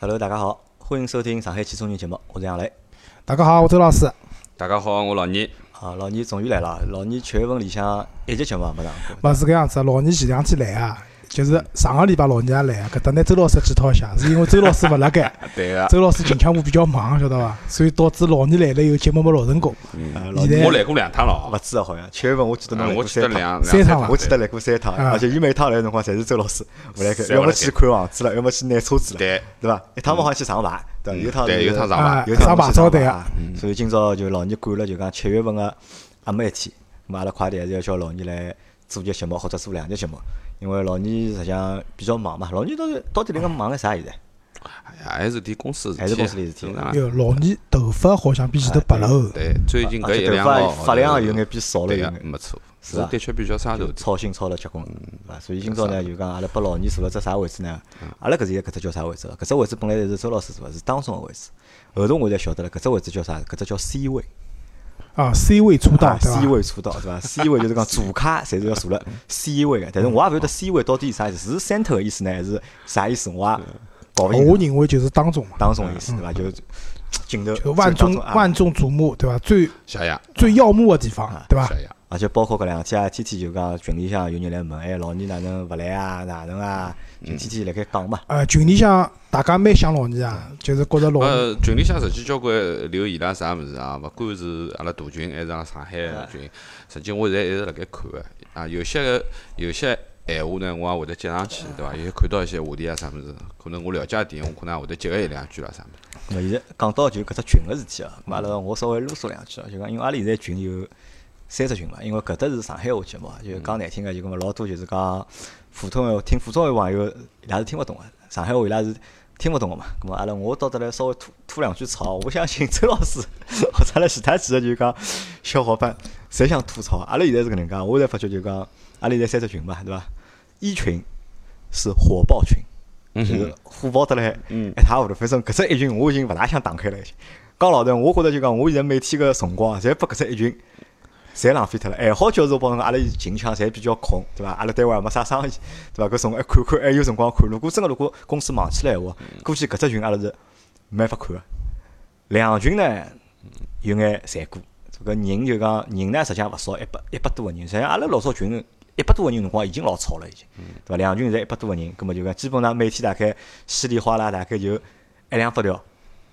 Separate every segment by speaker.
Speaker 1: Hello，大家好，欢迎收听上海汽车人节目，我是杨磊。
Speaker 2: 大家好，我周老师。
Speaker 3: 大家好，我老倪。
Speaker 1: 啊，老倪终于来了，老倪七月份里向一集节目也没上过。
Speaker 2: 勿是搿样子，老倪前两天来啊，就是上个礼拜老倪也来啊，搿搭拿周老师检讨一下，是因为周老师勿辣盖，
Speaker 3: 对啊个，
Speaker 2: 周老师近腔舞比较忙，晓得伐？所以导致老倪来了以后节目没录成功。
Speaker 1: 呃
Speaker 3: 嗯，
Speaker 1: 老
Speaker 2: 现在
Speaker 1: 倪
Speaker 3: 我来过两趟了啊
Speaker 1: 勿，知啊，好像七月份我记得侬来
Speaker 3: 嗯
Speaker 1: 过
Speaker 3: 我去得
Speaker 1: 三趟，
Speaker 3: 两
Speaker 2: 三趟了
Speaker 1: 我记得来过三趟，
Speaker 2: 啊
Speaker 1: 而且伊每趟来的辰光侪是周老师我来开，
Speaker 3: 侪
Speaker 1: 要
Speaker 3: 我
Speaker 1: 么
Speaker 3: 来
Speaker 1: 去看房子了，要么去拿车子了，
Speaker 3: 对，嗯
Speaker 1: 对伐？一趟嘛好像去上牌，对伐？有一趟
Speaker 3: 对，
Speaker 1: 是
Speaker 3: 有趟上嗯
Speaker 2: 啊
Speaker 3: 吧，
Speaker 1: 有趟
Speaker 2: 上
Speaker 1: 我去
Speaker 2: 牌照对
Speaker 1: 啊
Speaker 2: 啊。
Speaker 1: 所以今朝就老倪赶了，就讲七月份个阿没一天，咁阿拉快点还是要叫老倪来做节节目或者做两节节目，因为老倪实际上比较忙嘛。老倪到底到底辣盖忙个啥现在？
Speaker 3: 哎呀，还是点公司事体，
Speaker 1: 还是公司里事体
Speaker 3: 正常啊。
Speaker 2: 哟，老倪头发好像比前头白了哦。
Speaker 3: 哎对，最近
Speaker 1: 而
Speaker 3: 搿
Speaker 1: 且
Speaker 3: 一
Speaker 1: 头
Speaker 3: 两
Speaker 1: 发
Speaker 3: 个号头
Speaker 1: 啊
Speaker 3: 呃
Speaker 1: 发量有眼变少了
Speaker 3: 对
Speaker 1: 有
Speaker 3: 个
Speaker 1: 眼
Speaker 3: 没错，
Speaker 1: 是啊吧
Speaker 3: 是的确比较生头
Speaker 1: 就嗯啊
Speaker 3: 点。
Speaker 1: 操心操了结棍，对伐？所以今朝呢，就讲阿拉拨老倪坐了只啥位置呢？阿拉搿是一个搿只叫啥位置？搿只位置本来是周老师坐的，是当中个位置。后头我才晓得了，搿只位置叫啥？搿只叫 C 位，
Speaker 2: 啊，C 位出道
Speaker 1: 啊，
Speaker 2: 对伐
Speaker 1: C 位车道，对伐？C 位就是讲主咖，侪是要坐了 C 位个。但是我也勿晓得 C 位到底是啥意思，是 center 个意思呢，还是啥意思？我也搞勿
Speaker 2: 我
Speaker 1: 清。
Speaker 2: 认为就是当众嘛，
Speaker 1: 当中个意思对伐？就是镜头
Speaker 2: 嗯就万
Speaker 1: 就当
Speaker 2: 众
Speaker 1: 中啊
Speaker 2: 万众瞩目，对伐？最
Speaker 3: 谢谢，
Speaker 2: 最耀目的地方，
Speaker 1: 啊
Speaker 2: 对伐
Speaker 3: 谢？谢。
Speaker 1: 而且包括搿两天啊，天天就讲群里向有人来问，哎，老倪哪能勿来啊？哪能啊？就天天辣盖讲嘛。
Speaker 2: 呃，群里向大家蛮想老倪啊，就是觉着老倪
Speaker 3: 呃，群里向实际交关留言啦，啥物事啊？勿管是阿拉大群还是阿拉上海的
Speaker 1: 啊
Speaker 3: 群，实际我现在一直辣盖看个啊。有些个有些闲话呢，我也会得接上去，
Speaker 1: 啊
Speaker 3: 对伐？有些看到一些话题啊，啥物事，可能我了解一点，我可能也会得接个一两句啦，啥物事。
Speaker 1: 咾现在讲到就搿只群个事体啊，咾阿拉我稍微啰嗦两句啊，就讲因为阿拉现在群有三只群嘛，因为搿搭是上海话节目啊，就讲难听个，就讲老多就是讲普通话听普通话网友伊拉是听勿懂个，上海话伊拉是听勿懂个嘛。咾么阿拉我到搭来稍微吐吐两句槽，啊我相信 周老师或者阿拉其他几个就是讲小伙伴侪想吐槽。啊阿拉现在是搿能介，我才发觉就讲阿拉现在三只群嘛，对伐？一群是火爆群。就是火爆得来哎一塌糊涂。反正搿只一群我已经勿大想打开了。已经讲老实，我觉着就讲我现在每天个辰光啊，侪拨搿只一群，侪浪费脱了。还好就是我帮侬讲，阿拉近腔侪比较空，对伐？阿拉单位也没啥生意，对伐？搿辰光一哎看看，还有辰光看。如果真个如果公司忙起来闲话，估计搿只群阿拉是没法看个。两群呢有眼残酷，这个人就讲人呢实际上勿少，一百一百多个人。实际上阿拉老早群一百多个人辰光已经老吵了，已经对伐？两群侪一百多个人，葛末就讲基本上每天大概稀里哗啦大概就一两百条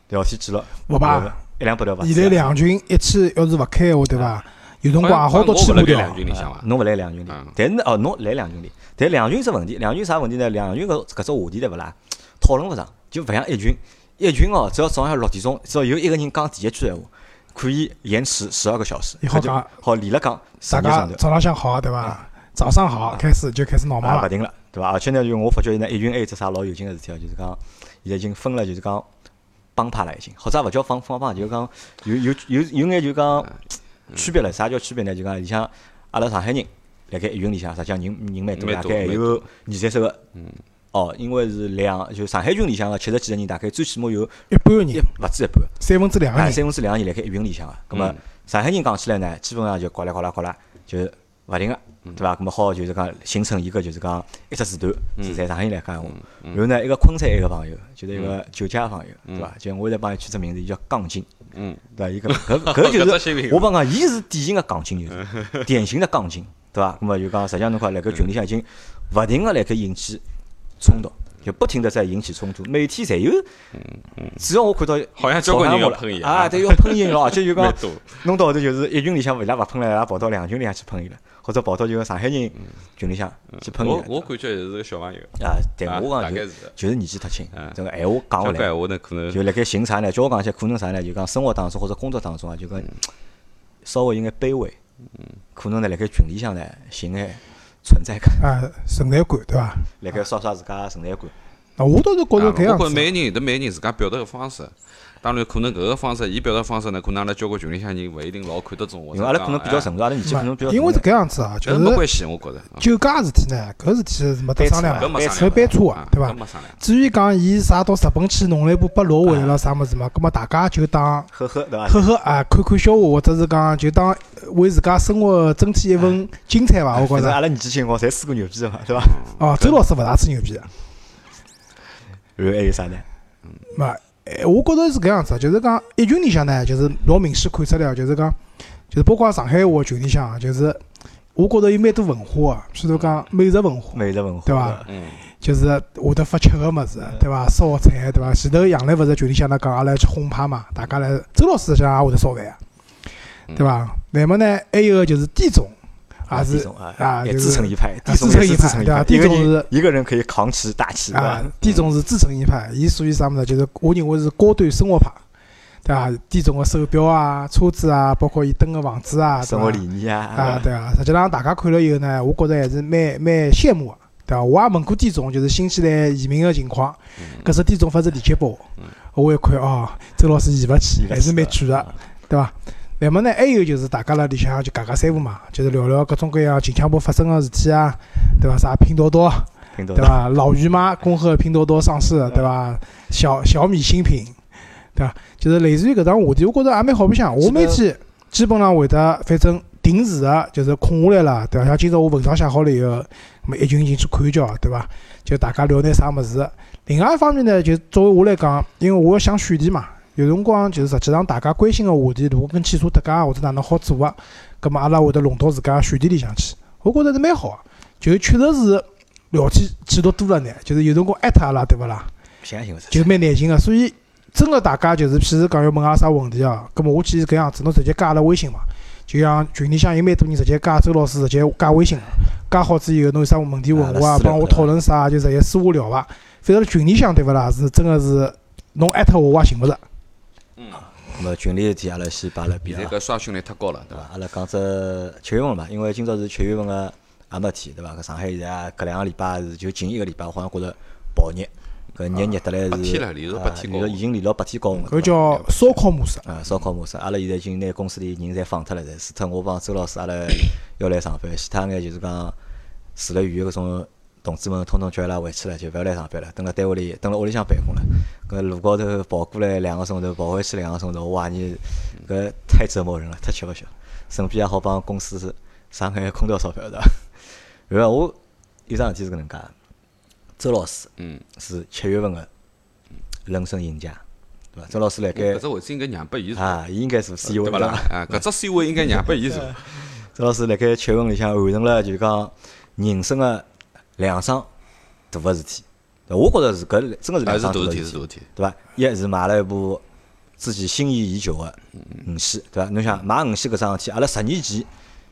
Speaker 1: 聊天记录，
Speaker 2: 勿吧
Speaker 1: 有的，一两百条伐？
Speaker 3: 啊
Speaker 2: 现在两群一起要是勿开闲话，对伐？有辰光也好到
Speaker 3: 好
Speaker 2: 千
Speaker 3: 像我
Speaker 2: 把
Speaker 3: 勿辣盖
Speaker 2: 条
Speaker 3: 两。群里向伐
Speaker 1: 啊？侬勿来两群里
Speaker 3: 嗯，
Speaker 1: 但是呢哦，侬来两群里，但两群是问题，两群啥问题呢？两群搿搿只话题对勿啦？讨论勿上，就勿像一群，一群哦，只要早浪向六点钟，只要有一个人讲第一句闲话，可以延迟十二个小时，
Speaker 2: 一好
Speaker 1: 就
Speaker 2: 讲
Speaker 1: 好连了讲十
Speaker 2: 大
Speaker 1: 二个
Speaker 2: 家
Speaker 1: 钟头。
Speaker 2: 早浪向好，对伐？
Speaker 3: 嗯
Speaker 2: 早上
Speaker 3: 啊
Speaker 2: 好，开始就开始闹忙
Speaker 1: 也勿
Speaker 2: 了。
Speaker 1: 定了，对伐？而且呢，就我发觉现在一群还有只啥老有劲个事体哦，就是讲现在已经分了，就是讲帮派了已经，或者也勿叫帮帮派，就是讲有有有有眼就讲区别了。啥叫区别呢？就讲里向阿拉上海人辣盖一群里向，实际上人人蛮多，
Speaker 3: 蛮
Speaker 1: 大
Speaker 3: 多
Speaker 1: 概
Speaker 3: 蛮
Speaker 1: 有二三十个。哦，因为是两就上海群里向个七十几个人，大概最起码有
Speaker 2: 一半个
Speaker 1: 一
Speaker 2: 人，
Speaker 1: 勿止一半。
Speaker 2: 三分之两个
Speaker 3: 啊
Speaker 1: 哎，
Speaker 2: 人，
Speaker 1: 三分之两个人辣盖一群里向个，葛
Speaker 3: 嗯
Speaker 1: 末上海人讲起来呢，基本上就呱啦呱啦呱啦，就是勿停个，
Speaker 3: 嗯
Speaker 1: 对伐？葛末好就是讲形成一个就是讲一只时段
Speaker 3: 嗯
Speaker 1: 是在上海人来讲闲话，然后呢，一个昆山一个朋友，就是一个酒家朋友，对伐？就我现在帮伊取只名字，伊叫杠精，
Speaker 3: 嗯，
Speaker 1: 对伐？伊搿搿搿
Speaker 3: 搿
Speaker 1: 就
Speaker 3: 只新
Speaker 1: 是
Speaker 3: 名
Speaker 1: 我帮讲，伊是典型个杠精， 就是典型的杠精，对伐？葛末就讲实际上侬看辣盖群里向
Speaker 3: 嗯
Speaker 1: 已经勿停个辣盖引起冲突。就不停的在引起冲突，每天侪有，只要我看到
Speaker 3: 好像交关人
Speaker 1: 吵
Speaker 3: 要
Speaker 1: 架我
Speaker 3: 喷伊
Speaker 1: 了啊，对，要喷伊了， 而且就讲
Speaker 3: 蛮多
Speaker 1: 弄到后头就是一群里向伊拉勿喷了，伊拉跑到两群里向去喷伊了，或者跑到就上海人群里向去喷伊
Speaker 3: 嗯我
Speaker 1: 了。
Speaker 3: 我感觉也是个小朋友，
Speaker 1: 啊，对，
Speaker 3: 啊
Speaker 1: 我
Speaker 3: 大
Speaker 1: 讲就
Speaker 3: 概是
Speaker 1: 就是年纪太轻
Speaker 3: 嗯，
Speaker 1: 这个闲话讲
Speaker 3: 交
Speaker 1: 勿
Speaker 3: 关
Speaker 1: 来
Speaker 3: 闲，话呢可能
Speaker 1: 就辣盖寻啥呢？叫我讲一下，可能啥呢？就讲生活当中或者工作当中啊，就
Speaker 3: 嗯
Speaker 1: 讲稍微有眼卑微，可能呢辣盖群里向呢寻眼存在感，
Speaker 2: 啊，存在感，对伐？
Speaker 1: 辣盖刷刷自家的存在感。
Speaker 2: 那我倒是觉
Speaker 3: 啊
Speaker 2: 着
Speaker 3: 我
Speaker 2: 搿
Speaker 3: 觉
Speaker 2: 样
Speaker 3: 着
Speaker 2: 子，
Speaker 3: 每个人有得每个人自家表达个方式。当然，可能搿个方式，伊表达方式呢，可能阿拉交关群里向人勿一定老看得中。
Speaker 1: 因为阿拉可能
Speaker 3: 哎
Speaker 1: 比较成熟，阿拉年纪可能比较
Speaker 2: 因为是
Speaker 1: 大
Speaker 2: 搿样子啊，
Speaker 3: 啊就
Speaker 2: 就是
Speaker 3: 没
Speaker 2: 是
Speaker 3: 关系，我觉着。啊
Speaker 2: 酒驾事体呢，搿事体是没得商量
Speaker 3: 搿
Speaker 2: 的，
Speaker 3: 没商
Speaker 2: 是
Speaker 3: 量，
Speaker 2: 班车啊，对
Speaker 3: 搿
Speaker 2: 伐？
Speaker 3: 没商量。
Speaker 2: 至于讲伊啥到日本去弄了一部八六回来
Speaker 3: 啊
Speaker 2: 了啥物事嘛，葛末大家就当
Speaker 1: 呵呵，对伐？
Speaker 2: 呵呵啊，看看笑话，或者是讲就当呃为自家生活增添一份
Speaker 3: 啊
Speaker 2: 精彩伐？我觉
Speaker 1: 反正
Speaker 2: 着。
Speaker 1: 阿拉年纪轻光侪吹
Speaker 2: 啊
Speaker 1: 过牛逼的嘛，对伐？
Speaker 2: 哦，周老师勿大吹牛逼的，
Speaker 1: 然后还有啥呢？
Speaker 2: 嘛，哎，我觉着是搿样子啊，就是讲一群里向呢，就是老明显看出来啊，就是讲，就是包括上海话群里向啊，就是我觉着有蛮多文化啊，譬如讲美食文化，
Speaker 1: 美食文化，
Speaker 2: 对伐？
Speaker 3: 嗯，
Speaker 2: 就是会得发吃个物事，
Speaker 1: 嗯
Speaker 2: 对伐？烧菜，对伐？前头杨澜勿是群里向呢讲，阿拉去轰趴嘛，大家来周老师实际上也会得烧饭啊，对伐？那么呢，还有个就是地总，也
Speaker 1: 地
Speaker 2: 是
Speaker 1: 总嗯啊，
Speaker 2: 啊
Speaker 1: 也
Speaker 2: 就
Speaker 1: 自
Speaker 2: 是
Speaker 1: 成一派，
Speaker 2: 啊
Speaker 1: 地总
Speaker 2: 自成
Speaker 1: 也是
Speaker 2: 一
Speaker 1: 自
Speaker 2: 派
Speaker 1: 成一
Speaker 2: 对
Speaker 1: 派
Speaker 2: 吧，
Speaker 1: 一
Speaker 2: 地
Speaker 1: 个
Speaker 2: 总
Speaker 1: 人
Speaker 2: 是
Speaker 1: 一个人可以扛起大旗，对
Speaker 2: 啊
Speaker 1: 伐？，
Speaker 2: 地总是自成一派，伊属于啥物事？就是我认为是高端生活派，对伐？地总个手表啊、车子啊，包括伊蹲个房子啊，对
Speaker 1: 生活
Speaker 2: 伐
Speaker 1: 理念啊
Speaker 2: 啊，，对啊，实际上大家看了以后呢，我觉着还是蛮蛮羡慕个，对伐？我也问过店总，就是新西兰移民个情况，
Speaker 1: 嗯
Speaker 2: 搿只店总发是理解拨我，我一看哦，周老师移勿
Speaker 1: 移
Speaker 2: 起
Speaker 1: 勿，
Speaker 2: 还是
Speaker 1: 起
Speaker 2: 蛮
Speaker 1: 的
Speaker 2: 贵个，对伐？那么呢，还有就是大家辣里向就讲讲三胡嘛，就是聊聊各种各样近腔部发生个事体啊，对伐？啥拼多多，
Speaker 1: 拼多
Speaker 2: 对
Speaker 1: 多，
Speaker 2: 伐？老于妈恭贺拼多多上市，对伐？小小米新品，对伐？就是类似于搿种话题，我觉着也蛮好白相。我每天基本上会得，反正定时个就是空下来了，对伐？像今朝我文章写好了以后，那么一群进去看一瞧，对伐？就大家聊点啥物事。另外一方面呢，就作为我来讲，因为我要想选题嘛，有辰光就是实际上大家关心个话题，如果跟汽车搭界啊或者哪能好做啊，葛末阿拉会得弄到自家选题里向去。我觉着是蛮好个，就确实是聊天渠道多了眼，就是有辰光艾特阿拉对勿啦，
Speaker 1: 行行行，
Speaker 2: 就蛮难寻个。所以真个大家就是，譬如讲要问阿拉啥问题啊，葛末我建议是搿样子，侬直接加阿拉微信嘛。就像群里向有蛮多人直接加周老师，直接加微信了。加好之以后，侬有啥问题问我
Speaker 1: 啊
Speaker 2: 啊，
Speaker 1: 私聊
Speaker 2: 帮我讨论啥，就直接私下聊伐。反正群里向对勿啦，是真个是侬艾特我我也寻勿着。
Speaker 1: 那么群里事体阿拉先摆辣
Speaker 3: 现
Speaker 1: 边
Speaker 3: 在
Speaker 1: 啊。
Speaker 3: 搿刷新率太高了，对
Speaker 1: 对
Speaker 3: 伐？
Speaker 1: 伐？阿拉讲只七月份嘛，因为今朝是七月份个阿末天，对伐？搿上海现在啊搿两个礼拜是就近一个礼拜，好像觉着暴热，搿热热得来是
Speaker 3: 八天了连续八
Speaker 1: 啊
Speaker 3: 天
Speaker 1: 连
Speaker 3: 高
Speaker 1: 续
Speaker 3: 温
Speaker 1: 已经连牢八天高温了。
Speaker 2: 搿
Speaker 1: 对伐
Speaker 2: 叫烧烤模式。
Speaker 1: 啊，烧烤模式，阿拉现在已经拿公司里人侪放脱了，侪除脱我帮周老师，阿拉要来上班，其他眼就是讲住了远个搿种同志们，统统叫伊拉回去了，就勿要来上班了，蹲辣单位里，蹲辣屋里向办公了。搿路高头跑过来两个钟头，跑回去两个钟头，我怀疑搿太折磨人了，太吃勿消。顺便也好帮公司省眼空调钞票对伐？然后我有桩事体是搿能介，周老师
Speaker 3: 嗯，
Speaker 1: 是七月份个人生赢家，对伐？周老师辣盖
Speaker 3: 搿只位置应该让拨伊做，
Speaker 1: 啊，伊应该是 CEO
Speaker 3: 对
Speaker 1: 对
Speaker 3: 伐啦
Speaker 1: 伐？？
Speaker 3: 啊，搿只 C 位应该让拨 伊做，
Speaker 1: 周老师辣盖七月份里向完成了就是讲人生个两桩大个事体，对我觉着是搿真个是
Speaker 3: 还
Speaker 1: 两
Speaker 3: 是大
Speaker 1: 桩
Speaker 3: 事
Speaker 1: 个
Speaker 3: 体，
Speaker 1: 事
Speaker 3: 是
Speaker 1: 体
Speaker 3: 大，事体。
Speaker 1: 对伐？一是买了一部自己心仪已久个五系，对伐？侬想买五系搿桩事体，阿拉十年前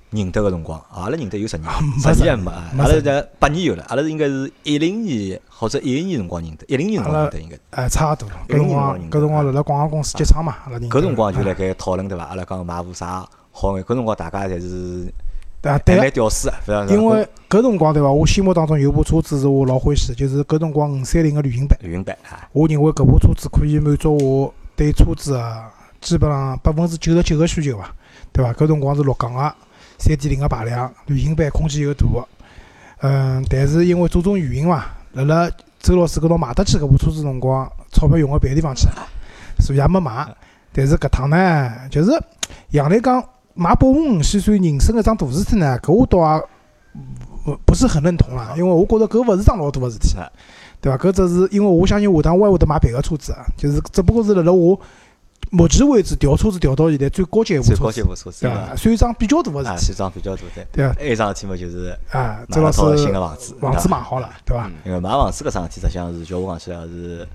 Speaker 1: 认得个辰光，啊阿拉认得有十年，十
Speaker 2: 没
Speaker 1: 年也
Speaker 2: 十
Speaker 1: 没，啊
Speaker 2: 没
Speaker 1: 阿拉
Speaker 2: 十
Speaker 1: 在八年有了，阿拉是应该是一零年或者一一年辰光认得，一零年辰光认得应该。
Speaker 2: 哎，差勿多了。搿辰光，搿辰光辣辣广告公司接厂嘛，阿拉人
Speaker 1: 搿辰光就
Speaker 2: 啊
Speaker 1: 辣盖讨论对伐？阿拉讲买部啥好眼？搿辰光大家侪是
Speaker 2: 啊，
Speaker 1: 还
Speaker 2: 对啊
Speaker 1: 蛮，屌丝啊，非常
Speaker 2: 因为搿辰光对伐，我心目当中有部车子是我老欢喜的，就是搿辰光五三零个旅行版。
Speaker 1: 云版啊，
Speaker 2: 我认为搿部车子可以满足我对车子啊，基本上百分之九十九个需求伐，对伐？搿辰光是六缸个，三点零个排量，旅行版空间又大个。嗯，但是因为种种原因伐，辣辣周老师搿种买得起搿部车子辰光，钞票用到别个地方去了，所以也没买。但是搿趟呢，就是杨澜讲买保姆五系算人生一桩大事体呢，搿我倒也不不是很认同啦，因为我觉着搿勿是桩啊老大个事体。对伐？搿只是因为我相信下趟我还会得买别个车子啊，就是只不过是辣辣我目前为止调车子调到现在最高级一部
Speaker 1: 最
Speaker 2: 车
Speaker 1: 高级
Speaker 2: 子，
Speaker 1: 部车子
Speaker 2: 对伐？算一桩比较大个
Speaker 1: 啊，
Speaker 2: 事体，
Speaker 1: 西装比较大的。
Speaker 2: 对伐？
Speaker 1: 还有一桩事体嘛，就是
Speaker 2: 啊，
Speaker 1: 买
Speaker 2: 周
Speaker 1: 了
Speaker 2: 老
Speaker 1: 套新
Speaker 2: 师
Speaker 1: 的啊嗯房子，
Speaker 2: 房子
Speaker 1: 对吧
Speaker 2: 买好了，对啊伐？
Speaker 1: 因为买房子搿桩事体，实际上是叫我讲起来是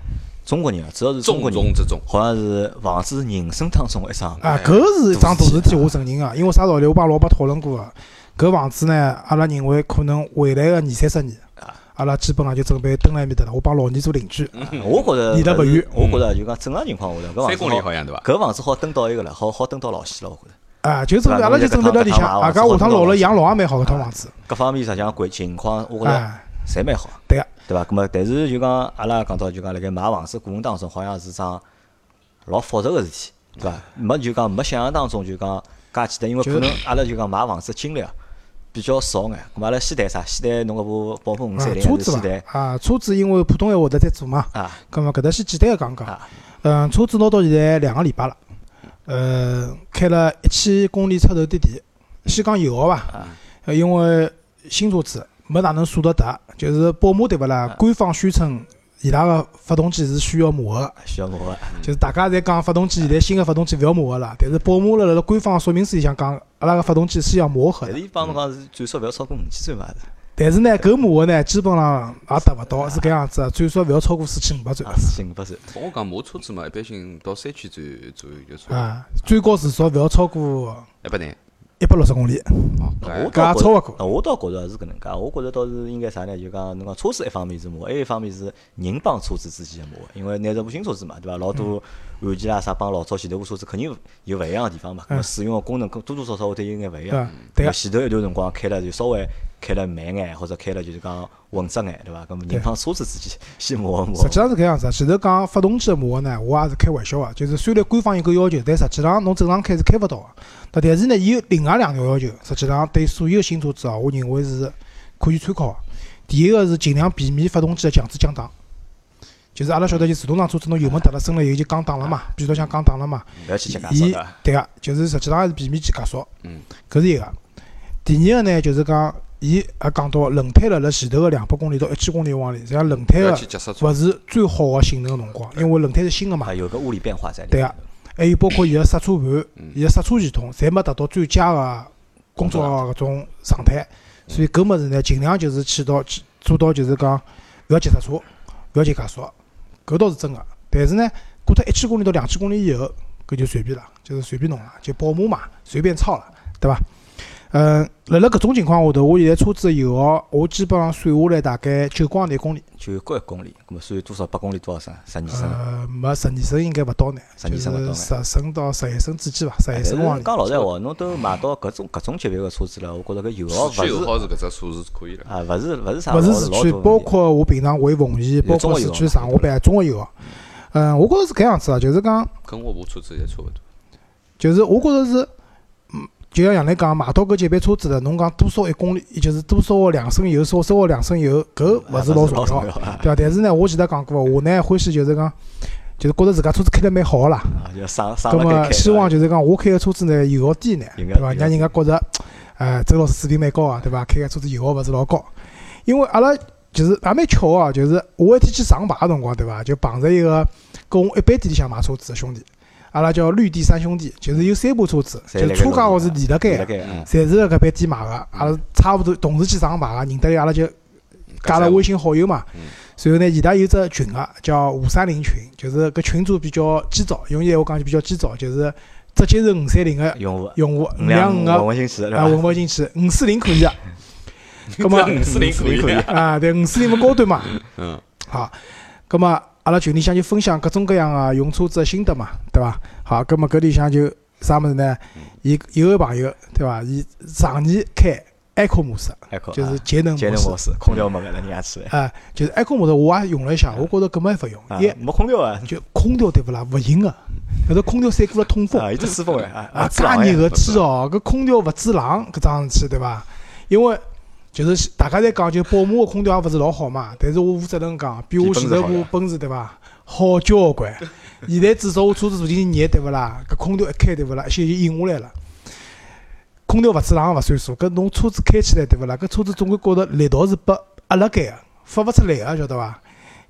Speaker 1: 中国人啊，主要是中国
Speaker 3: 重
Speaker 1: 人，
Speaker 3: 中之重，
Speaker 1: 好像是房子是人生当中一桩
Speaker 2: 啊，
Speaker 3: 哎
Speaker 2: 搿是一桩大事
Speaker 1: 大事体
Speaker 2: 体，我承认个，因为啥道理？我帮老爸讨论过个，搿房子呢，阿拉认为可能未来个二三十年
Speaker 1: 啊，
Speaker 2: 阿拉基本上就准备蹲辣埃面搭了。我帮老二做邻居，
Speaker 1: 啊我觉着
Speaker 2: 离得
Speaker 1: 搿
Speaker 2: 不
Speaker 1: 是
Speaker 2: 远
Speaker 1: 我觉着就讲正常情况下头，搿房子
Speaker 3: 三公里
Speaker 1: 好
Speaker 3: 好像对伐？
Speaker 1: 搿房子好蹲到一个了，好好蹲到老西了，我觉着。
Speaker 2: 啊，就准备
Speaker 1: 对伐
Speaker 2: 阿拉就准备辣里向，
Speaker 1: 侬
Speaker 2: 啊，
Speaker 1: 就搿趟
Speaker 2: 搿下趟老
Speaker 1: 老
Speaker 2: 了
Speaker 1: 师
Speaker 2: 养老也蛮好搿套
Speaker 1: 啊
Speaker 2: 房子，
Speaker 1: 各方面实际上环情况，我觉着
Speaker 2: 啊，
Speaker 1: 侪蛮好。
Speaker 2: 对个，
Speaker 1: 对伐？咁么，但是就讲阿拉讲到就讲辣盖买房子过程当中，好像是桩老复杂个事体，对伐？没就讲没想象当中就讲介简单，因为
Speaker 2: 就
Speaker 1: 可能阿拉就讲买房子经历啊比较少眼。咁阿拉先谈啥？先谈侬搿部宝马五
Speaker 2: 啊
Speaker 1: 三零，
Speaker 2: 车
Speaker 1: 还是
Speaker 2: 子
Speaker 1: 先谈
Speaker 2: 伐，啊，车子因为普通闲话得再做嘛，
Speaker 1: 啊？
Speaker 2: 咁么搿搭先简单个讲讲
Speaker 1: 啊，
Speaker 2: 嗯，车子拿到现在两个礼拜了，呃，开了一千公里出头点点。先讲油耗伐
Speaker 1: 啊，
Speaker 2: 呃
Speaker 1: 啊
Speaker 2: 因为新车子没哪能舍得得，就是宝马对勿啦？官方宣称伊拉个发动机是需要磨合，
Speaker 1: 需要磨合。
Speaker 2: 就是大家侪讲发动机现在新个发动机勿要磨
Speaker 1: 啊
Speaker 2: 合了，但是宝马辣辣官方说明书里向讲，阿拉个发动机是要磨合
Speaker 1: 但
Speaker 2: 的
Speaker 1: 是。伊帮侬讲是最少勿要超过五千转嘛， 是
Speaker 2: 但是呢，搿磨合呢，基本上也达勿到，是搿样子啊，最少勿要超过四千五百转
Speaker 1: 二四千五百转。
Speaker 3: 帮我讲摩车子嘛，一般性到三千左左右就算
Speaker 2: 啊，最高时速勿要超过
Speaker 3: 一百廿。
Speaker 2: 一百六十公里。
Speaker 3: 哦，
Speaker 1: 我
Speaker 3: 搿
Speaker 1: 倒
Speaker 2: 搿也超勿过
Speaker 1: 呃我倒觉着是搿能介，我觉着倒是应该啥呢？就讲侬讲车子一方面是磨，还有一方面是人帮车子之间的磨，因为拿着部新车子嘛，对伐？老
Speaker 2: 嗯
Speaker 1: 多按键啦啥帮老早前头部车子肯定有勿一样的地方嘛，搿么
Speaker 2: 嗯
Speaker 1: 使用的功能跟多多少少会得有眼勿一样
Speaker 2: 啊。对
Speaker 1: 个
Speaker 2: 个
Speaker 1: 前头一段辰光开了就稍微开了慢眼，或者开了就是讲稳着眼，对伐？搿么人帮车子之间先磨一磨
Speaker 2: 实际。上是搿样子啊。前头讲发动机的磨合呢，我也是开玩笑啊。就是虽然官方有个要求，但实际上侬正常开是开勿到个。但但是呢，伊有另外两条要求，实际上对所有新车子啊，我认为是可以参考的。啊第一个是尽量避免发动机的强制降档，就是阿拉晓得就自动挡车子侬油门踏了深了以后就降档了嘛，变速箱降档了嘛。
Speaker 1: 勿要去吃介
Speaker 2: 伊
Speaker 1: 绍的，
Speaker 2: 对个，就是实际上还是避免去加速。
Speaker 3: 嗯，
Speaker 2: 搿是一个。第二个呢，就是讲伊也讲到轮胎辣辣前头个两百公里到一千公里往里，实际上轮胎
Speaker 3: 勿
Speaker 2: 个
Speaker 3: 要去急刹车。
Speaker 2: 勿是最好个性能个辰光，因为轮胎是新个嘛
Speaker 1: 啊，，有个物理变化在里
Speaker 2: 对
Speaker 1: 面
Speaker 2: 啊。还有包括伊个刹车盘
Speaker 3: 嗯、
Speaker 2: 伊个刹车系统，侪没达到最佳个工作个搿种状态。
Speaker 1: 嗯
Speaker 2: 所以搿物事呢，尽量就是起到起做到就是讲勿要急刹车，勿要急加速，搿倒是真个。但是呢，过脱一千公里到两千公里以后，搿就随便了，就是随便弄了，就宝马嘛，随便操了，对伐？嗯，辣辣搿种情况下头，我现在车子的油耗，我基本上算下来大概九光廿公里。
Speaker 1: 就高一公里，搿么算多少？八公里多少升？十二升。
Speaker 2: 呃，没十二升应该勿到呢，
Speaker 1: 十二
Speaker 2: 就
Speaker 1: 升勿到
Speaker 2: 是
Speaker 1: 呢
Speaker 2: 十升到十一升之间伐，十一
Speaker 1: 但是
Speaker 2: 升往里。
Speaker 1: 讲老实闲话，侬都买到搿种搿种级别个车子了，我觉着搿油啊耗勿
Speaker 3: 市区油
Speaker 1: 是
Speaker 3: 耗是搿只数是可以了。
Speaker 1: 啊，勿是勿是啥
Speaker 2: 勿
Speaker 1: 老
Speaker 2: 是
Speaker 1: 老
Speaker 2: 市区
Speaker 1: 大问，题
Speaker 2: 包括我平常回奉贤，包
Speaker 1: 中国
Speaker 2: 括市
Speaker 1: 有
Speaker 2: 区
Speaker 1: 啊
Speaker 2: 上下班中国有。嗯，我觉着是搿样子啊，就是讲，
Speaker 3: 跟我部车子侪差勿多。
Speaker 2: 就是我觉着是，嗯，就像杨磊讲，买到搿级别车子了，侬讲多少一公里，也就是多少两升油，少少两升油，搿
Speaker 1: 啊
Speaker 2: 勿是老
Speaker 1: 重
Speaker 2: 重要，
Speaker 1: 啊，
Speaker 2: 对伐？但是呢，我前头讲过，我呢欢喜就是讲，就是觉着自家车子开得蛮好个啦。
Speaker 1: 啊就省省
Speaker 2: 葛
Speaker 1: 了该
Speaker 2: 么
Speaker 1: 开。
Speaker 2: 希望就是讲我开个车子呢油耗低呢，
Speaker 1: 应
Speaker 2: 对
Speaker 1: 该
Speaker 2: 伐？
Speaker 1: 应该
Speaker 2: 让人家觉着，呃，周老师水平蛮高啊，对伐？开个车子油耗勿是老高，因为阿拉就是也蛮巧啊，就是我一天去上牌个辰光，对伐？就碰着一个跟我一班店里向买车子个兄弟，阿拉叫绿地三兄弟，就是有三部车子，
Speaker 1: 侪
Speaker 2: 就
Speaker 1: 辣盖
Speaker 2: 车
Speaker 1: 侬
Speaker 2: 架
Speaker 1: 搿
Speaker 2: 号是连辣盖
Speaker 1: 辣
Speaker 2: 个，
Speaker 1: 盖
Speaker 3: 嗯
Speaker 1: 啊，
Speaker 2: 侪是辣搿班店买个，阿拉差勿多同时去上牌个，认得伊阿拉就加了微信好友嘛
Speaker 3: 嗯。
Speaker 2: 随后呢，伊拉有只群啊，叫五三零群，就是搿群主比较鸡爪，用现在我讲就比较鸡爪，就是直接是五三零个
Speaker 1: 用户
Speaker 2: 用户，
Speaker 1: 五
Speaker 2: 五两五
Speaker 1: 五
Speaker 2: 个
Speaker 1: 混进去对
Speaker 2: 啊
Speaker 1: 伐？
Speaker 2: 混勿进去，五四零可以啊。葛么
Speaker 3: 五四零可以
Speaker 1: 可以
Speaker 2: 啊，对，五四零勿高端嘛，
Speaker 3: 嗯，
Speaker 2: 好，葛么阿拉群里向就分享各种各样个用车子个心得嘛，对伐？好，葛么搿里向就啥物事呢？伊有个朋友对伐？伊常年开 Eco 模式，
Speaker 1: 还可以
Speaker 2: 就是节能模
Speaker 1: 啊节能
Speaker 2: 式
Speaker 1: 模。式，空调没搿能样去的，
Speaker 2: 啊，就是 Eco 模式我也用了一下，我觉着搿么也勿用，
Speaker 1: 啊
Speaker 2: 一
Speaker 1: 没空调啊，
Speaker 2: 就空调对勿啦，勿行个，搿只空调散过了通风
Speaker 1: 啊，有只吹风哎，啊
Speaker 2: 啊，
Speaker 1: 啊制冷
Speaker 2: 介
Speaker 1: 哎
Speaker 2: 热个天哦，搿空调勿制冷搿桩事体对伐？因为就是大家侪讲，就宝马个空调也勿是老好嘛，但是我负责任讲，比
Speaker 1: 比
Speaker 2: 我
Speaker 1: 奔
Speaker 2: 前
Speaker 1: 驰
Speaker 2: 头
Speaker 1: 好
Speaker 2: 部
Speaker 1: 呀
Speaker 2: 奔驰对伐好交关。现在至少我车子坐进去热对勿啦，搿空调一开对勿啦，一歇就引下来了。空调勿制冷勿算数，搿侬车子开起来对勿啦？搿车子总归觉着力道是拨压辣盖个，发勿出来个，晓得伐？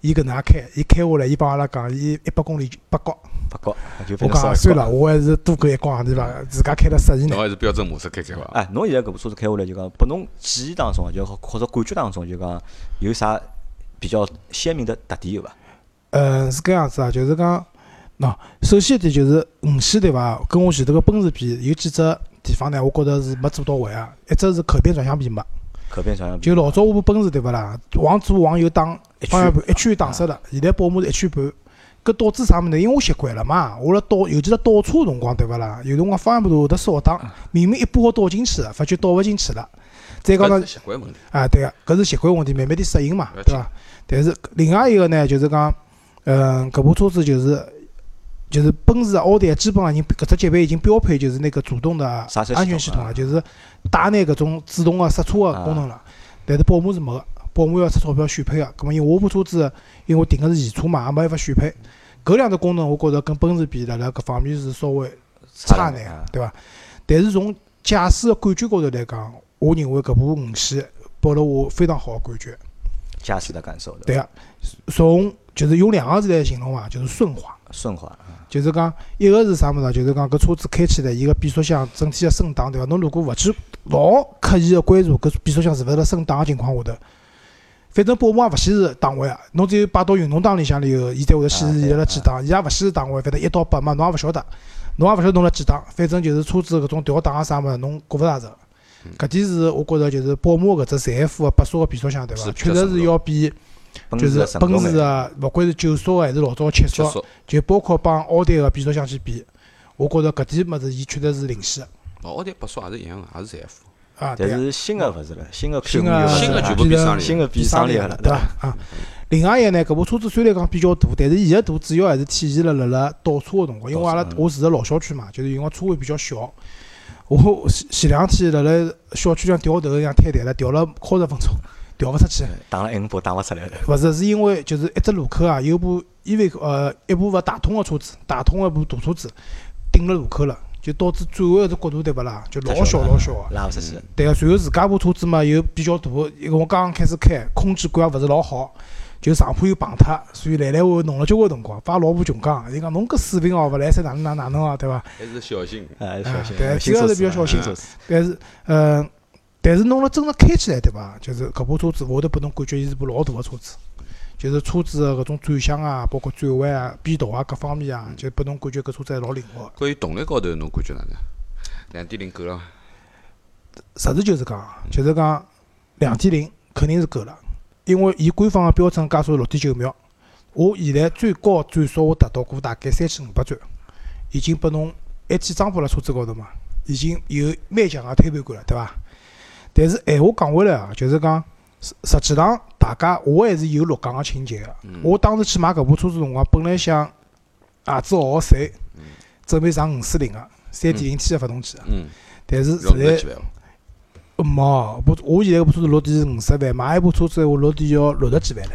Speaker 2: 伊搿能介开，伊开下来，伊帮阿拉讲，伊一百公里八角。
Speaker 1: 八角，啊就
Speaker 2: 我
Speaker 1: 变成
Speaker 2: 讲
Speaker 1: 烧一
Speaker 2: 算
Speaker 1: 角
Speaker 2: 了，。我还是多搿一光对伐？自家开了适意眼
Speaker 3: 侬还是标准模式开开伐？
Speaker 2: 啊
Speaker 1: 哎，侬现在搿部车子开下来就讲，拨侬记忆当中啊，就或者感觉当中就讲有啥比较鲜明的特点有伐？
Speaker 2: 嗯，是搿样子啊，就是讲，喏，首先一点就是五系对伐？跟我前头个奔驰比，有几只地方呢，我觉着是没做到位啊。一只是可变转向盘没，
Speaker 1: 可变转向
Speaker 2: 就老早我部奔驰对勿啦，往左往右打
Speaker 1: 一
Speaker 2: 方向
Speaker 1: 圈啊
Speaker 2: 盘一圈打死了，现在宝马是一圈半。搿导致啥物事呢？因为我习惯了嘛，我辣倒，尤其是倒车的辰光对勿啦？有辰光方向盘头会得少打，
Speaker 1: 嗯
Speaker 2: 明明一把好倒进去了，发觉倒勿进去了。再讲呢
Speaker 1: 呃
Speaker 3: 哎搿，是习惯问题。
Speaker 2: 啊，对个、搿是习惯问题，慢慢点适应嘛
Speaker 3: 了，解
Speaker 2: 对伐？但是另外一个呢，就是讲，嗯，搿部车子就是就是奔驰、奥迪，基本上已经搿只级别已经标配就是那个主动的
Speaker 1: 刹车系统
Speaker 2: 安全系统
Speaker 1: 啊
Speaker 2: 了，就是带那搿种自动个刹车个功能了。但是宝马是没个，宝马要出钞票选配个。葛末因为我部车子，因为我订个是现车嘛，也没办法选配。搿两只功能，我觉着跟奔驰比，辣辣搿方面是稍微差眼
Speaker 1: 啊，
Speaker 2: 对伐？但是从驾驶个感觉高头来讲，我认为搿部五系拨了我非常好的感觉。
Speaker 1: 驾驶的感受，
Speaker 2: 对
Speaker 1: 吧？
Speaker 2: 个、从就是用两个字来形容伐，就是顺滑。
Speaker 1: 顺滑，
Speaker 2: 就是讲一个是啥物事啊？就是讲搿车子开起来，伊个变速箱整体个升档，对伐？侬如果勿去老刻意个关注搿变速箱是勿是辣升档个情况下头，反正宝马勿显示档位啊。侬只有摆到运动档里向里头，伊才会得
Speaker 3: 哎
Speaker 2: 显示伊辣几档，伊也勿显示档位，反正一到八嘛，侬也勿晓得，侬也勿晓得侬辣几档，反正就是车子搿种调档啊啥物事，侬觉勿大着。
Speaker 3: 嗯
Speaker 2: 搿点是我觉着就是宝马搿只 ZF 个八速个变速箱，对伐
Speaker 3: 是？比
Speaker 2: 确
Speaker 3: 较
Speaker 2: 实
Speaker 3: 嗯
Speaker 2: 是要比
Speaker 1: 奔
Speaker 2: 就
Speaker 1: 驰
Speaker 2: 是啊
Speaker 1: 的神
Speaker 2: 奔
Speaker 1: 功
Speaker 2: 驰
Speaker 1: 哎，
Speaker 2: 个，勿管是九速啊个还是老早七速
Speaker 3: 结
Speaker 2: 个。
Speaker 3: 束。
Speaker 2: 就包括帮奥迪个变速箱去比，我觉着搿点物事伊确实是领先的
Speaker 3: 哦，奥迪八速也是一样的，也是财富。
Speaker 2: 啊。
Speaker 1: 但
Speaker 2: 对啊，
Speaker 1: 是新的勿是了，新的 Q
Speaker 2: 新啊
Speaker 1: 五又勿
Speaker 2: 个
Speaker 1: 是
Speaker 3: 新的
Speaker 1: 了
Speaker 3: 全部比上
Speaker 1: 新
Speaker 3: 里，
Speaker 1: 的比上
Speaker 2: 利
Speaker 1: 力
Speaker 2: 个
Speaker 1: 了，
Speaker 2: 对
Speaker 1: 伐？
Speaker 2: 伐？啊，另外一个呢，搿部车子虽然讲比较大，但是伊个大主要还是体现了辣辣倒车个辰光，因为阿拉
Speaker 1: 倒车嗯
Speaker 2: 我住在老小区嘛，就是因为车位比较小。我前前两天辣辣小区里向掉头一样坍台了，掉了靠十分钟，掉勿出去。
Speaker 1: 打了 N 波打勿出来了，
Speaker 2: 勿是，是因为就是一只路口啊，有部依维呃一部勿大通个车子，大通个部大车子顶了路口了，就导致转弯个只角度对勿啦，就老小老小个。
Speaker 1: 拉勿出去，
Speaker 2: 对个，随后自家部车子嘛又比较大，因为我刚刚开始开，空间感也勿是老好，就上坡又碰脱，所以来来回回弄了交关辰光。把老婆穷讲，伊讲侬搿水平哦勿来三哪能哪能啊，对伐？
Speaker 3: 还是小心。
Speaker 1: 哎，小心，嗯
Speaker 2: 对
Speaker 1: 新
Speaker 2: 这个
Speaker 1: 车
Speaker 2: 是比较
Speaker 1: 子
Speaker 2: 小
Speaker 3: 心
Speaker 1: 新车子，
Speaker 2: 但是，呃，但是侬辣真正开起来，对伐？就是搿部车子，我会得拨侬感觉伊是部老大个车子，就是车子个搿种转向啊，包括转弯啊、变道啊各方面啊，就拨侬感觉搿车子还老灵活的。
Speaker 3: 关于动力高头，侬感觉哪能？两点零够了伐？
Speaker 2: 实事求是讲，就是讲两点零肯定是够了，因为伊官方个标准加速六点九秒，我现在最高转速我达到过大概三千五百转，已经拨侬一记装拨辣车子高头嘛，已经有蛮强个推背感了，对伐？但是闲话讲回来啊，就是讲实实际上大家我还是有落岗个情节个。我当时去买搿部车子辰光，本来想啊鞋子好好洗，准备上五四零个三点零 T 个发动机个，
Speaker 3: 嗯，
Speaker 2: 但是
Speaker 3: 六
Speaker 2: 现在
Speaker 3: 十几万伐？
Speaker 2: 没，部我现在搿部车子落地是五十万，买一部车子话落地要六十几万唻，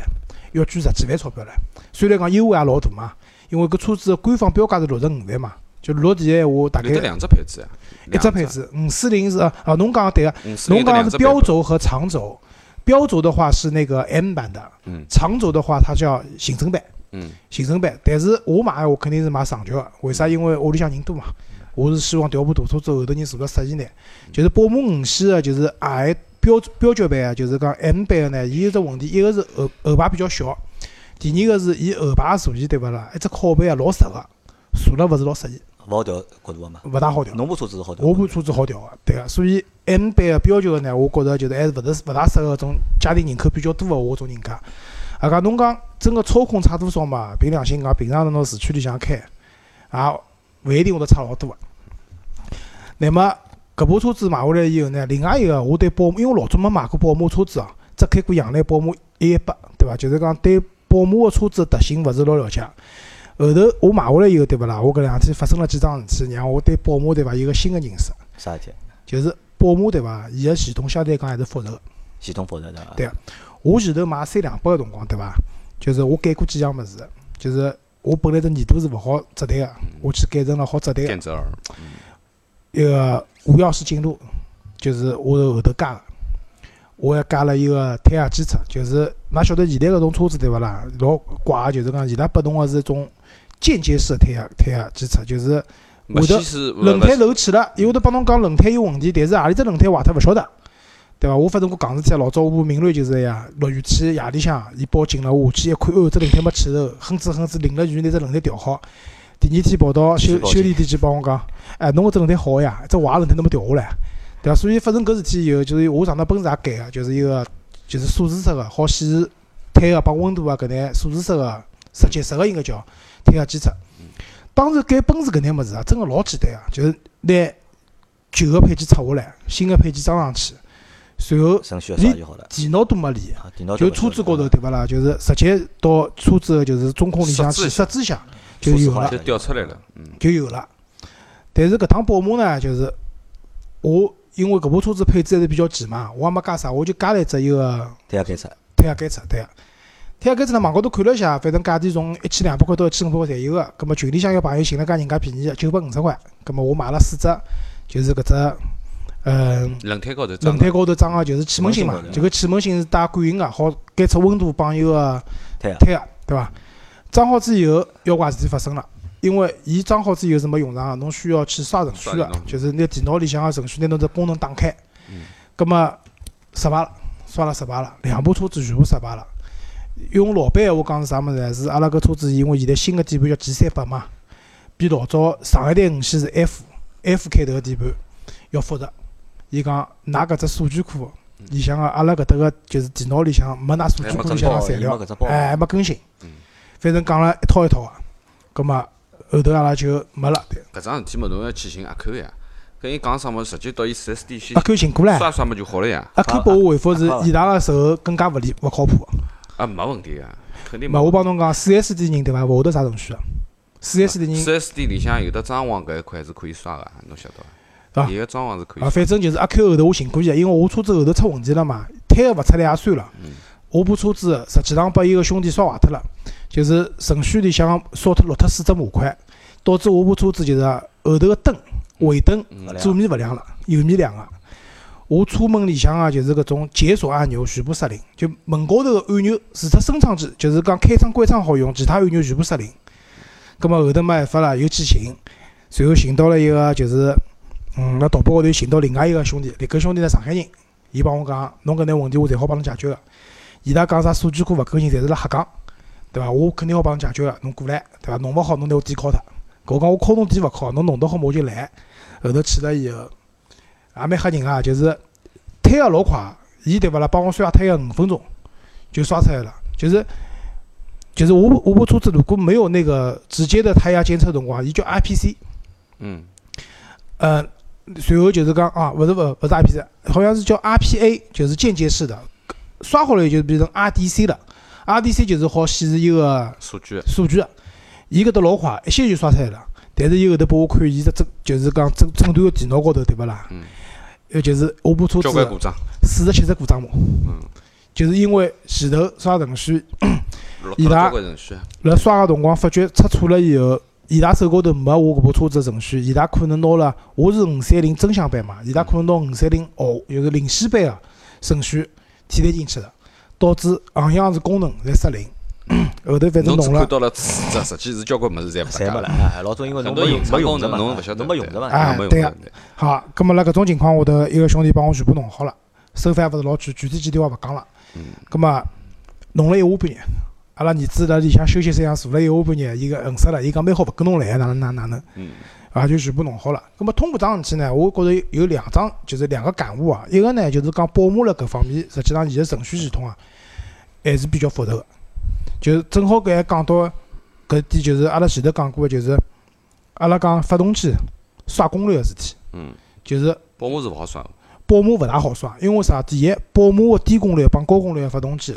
Speaker 2: 要捐十几万钞票唻。虽然讲优惠也老大嘛，因为搿车子的官方标价是六十五万嘛，就落地闲话大概
Speaker 3: 有得两只配嗯置啊，
Speaker 2: 一只配置五四零是啊，啊侬讲得对个，
Speaker 3: 两只，
Speaker 2: 侬
Speaker 3: 侬
Speaker 2: 讲是标轴和长轴，标轴的话是那个 M 版的，
Speaker 3: 嗯
Speaker 2: 长轴的话它叫行程版。
Speaker 3: 嗯，
Speaker 2: 行程版，但是我买我肯定是买长轴个，为啥？因为屋里向人多嘛，我是希望调部大车子后头人坐了适意眼。就是宝马五系个，就是也标标角版啊，就是讲 M 版个呢，伊有只问题，一个是后后排比较小，第二个是伊后排个座椅对勿啦？一只靠背啊老实个，坐了勿是老适意，
Speaker 1: 勿好调角度个嘛。
Speaker 2: 勿大好调。
Speaker 1: 侬部车子是好调，
Speaker 2: 我部车子好调个，啊对个，所以 M 版个要求个呢，我觉着就是还是勿是勿大适合搿种家庭人口比较多个我搿种人家。啊，讲侬讲真个操控差多少嘛？凭良心讲，平常侬市区里向啊开，也勿一定会得差老多个。那么搿部车子买回来以后呢，另外一个我对宝马，因为我老早没买过宝马车子啊，只开过洋来宝马 A 一八，对伐？就是讲对宝马个车子的特性勿是老了解。后头我买回来以后，对勿啦？我搿两天发生了几桩事体，让我对宝马对伐有个新个认识。
Speaker 1: 啥事体？
Speaker 2: 就是宝马对伐？伊个系统相对来讲还是复杂个。
Speaker 1: 系统复杂对伐？
Speaker 2: 对我前头买三两百个辰光对伐？就是我改过几样物事的，就是我本来的耳朵是勿好折叠个，我去嗯改成了好折叠个
Speaker 3: 电子耳，
Speaker 2: 一个无钥匙进入，就是我是后头加个。我还加了一个胎压监测，就是㑚晓得现在搿种车子对勿啦？老怪，就是讲伊拉拨侬个是一种间接式的胎压胎压监测，就是
Speaker 3: 勿
Speaker 2: 我的
Speaker 3: 稀释，勿
Speaker 2: 轮胎
Speaker 3: 勿
Speaker 2: 漏气了，伊会得帮侬讲轮胎有问题，但是何里只轮胎坏脱勿晓得，对伐？我发生过戆事体，老早我部明锐就是呀，落雨天夜里向，伊报警了，我下去一看，哦，只轮胎没气头，哼哧哼哧淋了雨，拿只轮胎调好。第二天跑到修
Speaker 1: 去报
Speaker 2: 修
Speaker 1: 警
Speaker 2: 理店去帮我讲，哎，侬搿只轮胎好呀，只坏轮胎侬没调下来，对伐？所以发生搿事体以后，就是我上趟奔驰也改个，啊就是一个就是数字式个，好显示胎个帮温度啊搿眼数字式个实际实个应该叫胎压监测。当时改奔驰搿眼物事啊，真个老简单啊，就是拿旧个配件拆下来，新个配件装上去，随后
Speaker 1: 程序啥就好了。
Speaker 2: 电脑都没理，
Speaker 1: 啊，电脑
Speaker 2: 就
Speaker 1: 调
Speaker 2: 车
Speaker 1: 不出
Speaker 2: 子
Speaker 1: 来
Speaker 2: 高头对勿啦？就是直接到车子的就是中控里向去设
Speaker 3: 设
Speaker 2: 置一下
Speaker 1: 设
Speaker 2: 就
Speaker 1: 置一下
Speaker 2: 有了
Speaker 3: 就。调出来了。嗯，
Speaker 2: 就有了。但是搿趟宝马呢，就是我因为搿部车子配置还是比较齐嘛，我还没加啥，我就加了一只一个
Speaker 1: 对啊，开车
Speaker 2: 胎压监测，对个。啊胎压监测呢，网高头看了一下，反正价钿从一千两百块到一千五百块侪有个。葛末群里向有朋友寻了家人家便宜个九百五十块，葛末我买了四只，就是搿只，嗯。
Speaker 3: 轮胎高头
Speaker 2: 轮
Speaker 3: 装
Speaker 2: 胎高头装个就是气门芯
Speaker 1: 气
Speaker 2: 嘛
Speaker 1: 门芯，嘛
Speaker 2: 就搿气门芯是带感应个，好监测温度帮伊个
Speaker 1: 对啊，
Speaker 2: 推个，对伐？装好之以后，妖怪事体发生了，因为伊装好之以后是没用场个，啊侬需要去刷程序
Speaker 3: 刷
Speaker 2: 个
Speaker 3: 电脑，
Speaker 2: 就是拿电脑里向个程序拿侬只功能打开，葛末失败了，刷了失败了，两部车子全部失败了。用老板闲话讲是啥物事呢？是阿拉搿车子，因为现在新个底盘叫 G 三百嘛，比老早上一代五系是 F F 开头个底盘要复杂。伊讲，㑚搿只数据库里向个阿拉搿搭个就是电脑里向没㑚数据
Speaker 3: 嗯哎还
Speaker 2: 库
Speaker 3: 没跟
Speaker 2: 里向个
Speaker 1: 包
Speaker 2: 材料
Speaker 1: 还没搿只，包
Speaker 2: 哎，还没更新
Speaker 3: 嗯。
Speaker 2: 反正讲了一套一套个，葛末后头阿拉就没了。
Speaker 3: 搿桩事体嘛，侬要去寻阿 Q 呀，跟伊讲啥么，直接到伊 4S 店去
Speaker 2: 阿 Q 寻啊过来，
Speaker 3: 刷刷么就好了呀，
Speaker 2: 阿 Q 拨我回复是
Speaker 1: 啊啊
Speaker 2: 伊拉个售后更加勿利勿靠谱。
Speaker 3: 啊，没问题啊，肯定
Speaker 2: 嘛，我帮侬讲，四 S 店人对伐？勿会得啥程序个，四 S 店人
Speaker 3: 4S 店里向有的装潢搿一块是可以刷个，侬晓得
Speaker 2: 啊
Speaker 3: 伐？伊个装潢是可以
Speaker 2: 啊，
Speaker 3: 刷，
Speaker 2: 反正就是阿 Q 后头我寻过去，因为我车子后头出问题了嘛，推个勿出来也算了。我部车子实际上被伊个兄弟烧坏脱了，就是程序里向烧脱落脱四只模块，导致我部车子就是后头个灯、尾灯
Speaker 1: 勿来啊
Speaker 2: 左面勿亮了，右面亮个。啊我车门里向啊，就是搿种解锁按钮全部失灵，就门高头个按钮，除脱升窗机，就是讲开窗关窗好用，其他按钮全部失灵。葛末后头没办法了，又去寻，随后寻到了一个就是，嗯，辣淘宝高头寻到另外一个兄弟，搿兄弟呢上海人，伊帮我讲，侬搿眼问题我侪好帮侬解决个。伊拉讲啥数据库勿更新，侪是辣瞎讲，对伐？我肯定好帮侬解决个，侬过来，对伐？弄勿好侬拿我店敲脱。搿我讲我敲侬店勿敲，侬弄得好我就来。后头去了以后，也蛮吓人啊，就是推个老快，伊对勿啦？帮我刷推个五分钟就刷出来了，就是。就是我部我部车子如果没有那个直接的胎压监测辰光，伊叫 IPC，
Speaker 3: 嗯，
Speaker 2: 呃，随后就是讲啊，勿是勿勿是 IPC，好像是叫 RPA，就是间接式的，刷好了就变成 RDC 了，RDC 就是好显示一个
Speaker 3: 数据
Speaker 2: 数据的，伊搿搭老快，一歇就刷出来了。但是伊后头拨我看伊只诊，就是讲诊诊断个电脑高头对勿啦？
Speaker 3: 嗯。
Speaker 2: 呃，就是我部车
Speaker 3: 交关
Speaker 2: 子
Speaker 3: 故障，
Speaker 2: 四十七只故障码，
Speaker 3: 嗯，
Speaker 2: 就是因为前头刷程序
Speaker 3: 落
Speaker 2: 伊
Speaker 3: 脱
Speaker 2: 拉
Speaker 3: 交关程序，
Speaker 2: 辣刷个辰光发觉出错了以后，伊拉手高头没我搿部车子的程序，伊拉可能拿了我是五三零增享版嘛，伊拉可能拿五三零哦，就是领先版个程序替代进去了，导致行样是功能侪失灵。 后头反正
Speaker 3: 侬只
Speaker 2: 弄
Speaker 3: 看
Speaker 2: 了，
Speaker 3: 到了次只，实际是交关物事侪
Speaker 1: 侪
Speaker 3: 搭
Speaker 1: 没
Speaker 3: 界
Speaker 1: 了，
Speaker 3: 了。
Speaker 1: 哎，老早因为
Speaker 3: 很
Speaker 1: 侬
Speaker 3: 多
Speaker 1: 没用
Speaker 3: 隐藏
Speaker 1: 没用
Speaker 3: 功
Speaker 1: 着
Speaker 3: 能
Speaker 1: 嘛，
Speaker 3: 侬勿晓得，
Speaker 1: 侬没用着嘛，
Speaker 2: 哎
Speaker 3: 没用
Speaker 2: 嗯对啊
Speaker 3: 着的
Speaker 2: 好，葛末辣搿种情况下头，一个兄弟帮我全部弄好了，收费也勿是老贵，具体几钿我也勿讲了。
Speaker 3: 嗯
Speaker 2: 葛末弄了一下半日，阿拉儿子辣里向休息室里向坐了一下半日，伊个横死了，伊讲蛮好，勿跟侬来啊，哪能哪能哪能。
Speaker 3: 嗯，
Speaker 2: 啊，就全部弄好了。那么通过桩事体呢，我觉着有两桩，就是两个感悟啊。一个呢，就是讲宝马辣搿方面，实际上伊个程序系统啊，还是比较复杂个。就是正好搿还讲到搿点，就是阿拉前头讲过个，就是阿拉讲发动机刷功率个事体。
Speaker 3: 嗯。
Speaker 2: 就是
Speaker 3: 宝马是勿好算的，
Speaker 2: 宝马勿大好刷，因为啥？第一，宝马个低功率帮高功率个发动机，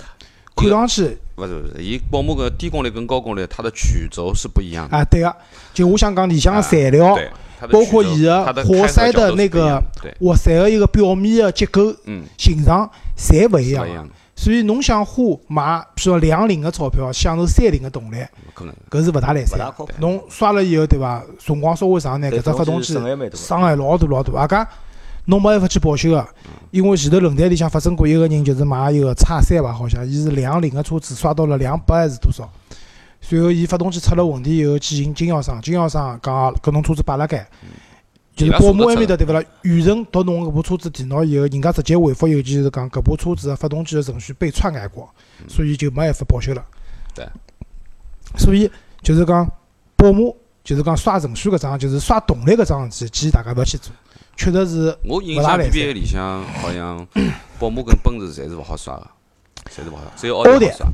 Speaker 2: 看上去
Speaker 3: 勿是勿是，伊宝马个低功率跟高功率，它的曲轴是不一样的。
Speaker 2: 啊，对个、就我想讲里向个
Speaker 3: 啊
Speaker 2: 材料。
Speaker 3: 对，它的
Speaker 2: 包
Speaker 3: 曲
Speaker 2: 括
Speaker 3: 轴
Speaker 2: 伊的
Speaker 3: 它的
Speaker 2: 活
Speaker 3: 开合
Speaker 2: 塞
Speaker 3: 角
Speaker 2: 的
Speaker 3: 度
Speaker 2: 那
Speaker 3: 是不一
Speaker 2: 个
Speaker 3: 样的对，
Speaker 2: 活塞个一个表面个结构
Speaker 3: 嗯，
Speaker 2: 形状侪勿一
Speaker 3: 不一
Speaker 2: 样
Speaker 3: 样
Speaker 2: 啊，
Speaker 3: 的，
Speaker 2: 所以侬想花买，譬如说两零个钞票，享受三零个动力，
Speaker 3: 不可能。
Speaker 2: 搿是勿大来
Speaker 1: 勿
Speaker 2: 三
Speaker 1: 大
Speaker 2: 的。
Speaker 1: 靠谱。
Speaker 2: 侬刷了以后，对伐？辰光稍微长眼，
Speaker 1: 对
Speaker 2: 搿只发动机
Speaker 1: 损害蛮大的，
Speaker 2: 伤害老大老大，啊噶侬没办法去保修个，因为前头论坛里向发生过一个人，就是买一个叉三吧，好像伊是两零个车子刷到了两百还是多少，随后伊发动机出了问题以后去寻经销商，经销商讲啊搿侬车子摆辣盖，就是宝马埃面搭对勿啦？远程读侬搿部车子电脑以后，人家直接回复邮件是讲搿部车子个发动机个程序被篡改过，所以就没办法保修了。
Speaker 3: 对，
Speaker 2: 所以就是讲宝马。就是讲刷程序搿桩，就是刷动力搿桩事体，建议大家勿要去做，确实是
Speaker 3: 我印
Speaker 2: 勿大
Speaker 3: 象
Speaker 2: 来
Speaker 3: BBA
Speaker 2: 三
Speaker 3: 里向好像 宝马跟奔驰侪是勿好刷的，侪是勿好刷，只有奥
Speaker 2: 奥迪
Speaker 3: 迪好刷。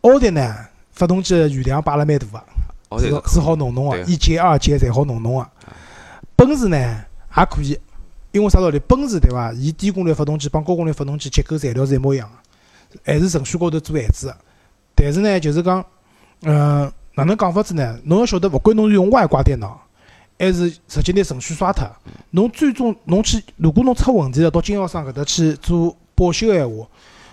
Speaker 2: 奥迪呢，发动机的羽量摆了蛮大啊个，
Speaker 3: 奥迪
Speaker 2: 是
Speaker 3: 是
Speaker 2: 好
Speaker 3: 可
Speaker 2: 是
Speaker 3: 以
Speaker 2: 好弄弄个，
Speaker 3: 哦对啊
Speaker 2: 一阶、二阶侪好弄弄个。奔驰呢也可以，因为啥道理？奔驰对伐？伊低功率发动机帮高功率发动机结构材料是一模一样个，还是程序高头做限制个。但是呢，就是讲，嗯，哪能讲法子呢？侬要晓得，勿管侬是用外挂电脑，还是直接拿程序刷脱，侬最终侬去，如果侬出问题了，到经销商搿搭去做报修个闲话，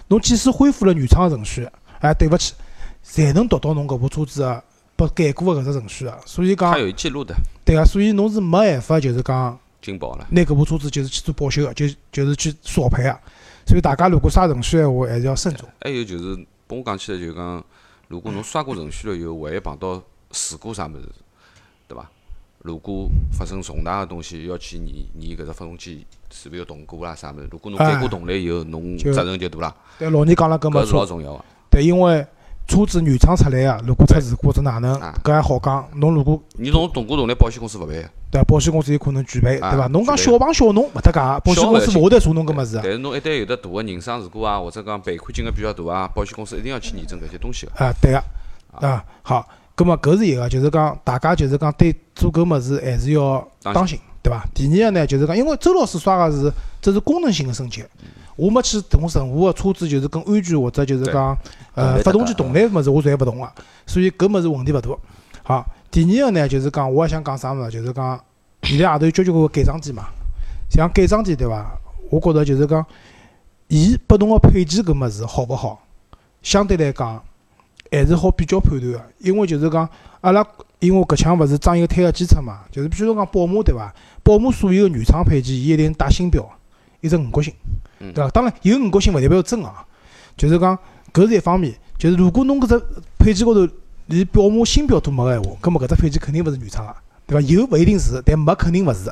Speaker 2: 侬即使恢复了原厂个程序，哎，对勿起，才能读到侬搿部车子个拨改过个搿只程序个。所以
Speaker 3: 它
Speaker 2: 讲，
Speaker 3: 有记录的，
Speaker 2: 对个，所以侬是没办法，就是讲
Speaker 3: 进宝了。
Speaker 2: 拿搿部车子就是去做报修个，就就是去索赔个。所以大家如果刷程序闲话，还是要慎重。
Speaker 3: 还有就是，拨我讲起来就是讲，如果侬刷过程序了以后，万一碰到事故啥物事，对伐？如果发生重大个东西，要去验验搿只发动机是勿是有动过啦啥物事？如果侬改过动力以后，侬
Speaker 2: 就
Speaker 3: 责任哎就大啦，
Speaker 2: 但老年讲了搿没
Speaker 3: 搿是
Speaker 2: 错，
Speaker 3: 老重要个。
Speaker 2: 对，因为车子原厂出来啊，如果出事故是哪能？
Speaker 3: 啊
Speaker 2: 搿还好讲。侬如果
Speaker 3: 你侬动过动力，保险公司勿赔个。
Speaker 2: 对保险公司有可能拒赔，
Speaker 3: 啊
Speaker 2: 对伐？侬讲
Speaker 3: 拒赔
Speaker 2: 小碰小侬勿搭界，保险公司勿会得查侬搿物事啊。
Speaker 3: 但是侬一旦有得大个人伤事故啊，或者讲赔款金额比较大啊，保险公司一定要去验证搿些东西个。
Speaker 2: 啊，对个，啊，好，葛么搿是一个，就是讲大家就是讲对做搿物事还是要
Speaker 3: 当心
Speaker 2: 当心，对伐？第二个呢，就是讲，因为周老师刷个是这是功能性个升级，
Speaker 3: 嗯
Speaker 2: 我没去动任何个车子，就是跟安全或者就是
Speaker 3: 对
Speaker 2: 讲
Speaker 1: 动
Speaker 2: 呃
Speaker 1: 力
Speaker 2: 发动
Speaker 1: 搭
Speaker 2: 机
Speaker 1: 界
Speaker 2: 动力物事我侪勿动个，
Speaker 3: 嗯
Speaker 2: 所以搿物事问题勿大。好，第二个呢，就是讲我还想讲啥物事，就是讲现在也头有交交关关改装店嘛，像改装店对伐？我觉着就是讲，伊拨侬个配件搿物事好勿好，相对来讲还是好比较判断个，因为就是讲阿拉因为搿腔勿是装一个胎压监测嘛，就是比如说讲宝马对伐？宝马所有个原厂配件，伊一定带新标，伊是五角星，
Speaker 3: 嗯
Speaker 2: 对伐？当然有五角星勿代表真啊，就是讲搿是一方面，就是如果侬搿只配件高头连宝马新标都没个闲话，葛末搿只配件肯定勿是原厂个，对伐？有勿一定是，但没肯定勿是。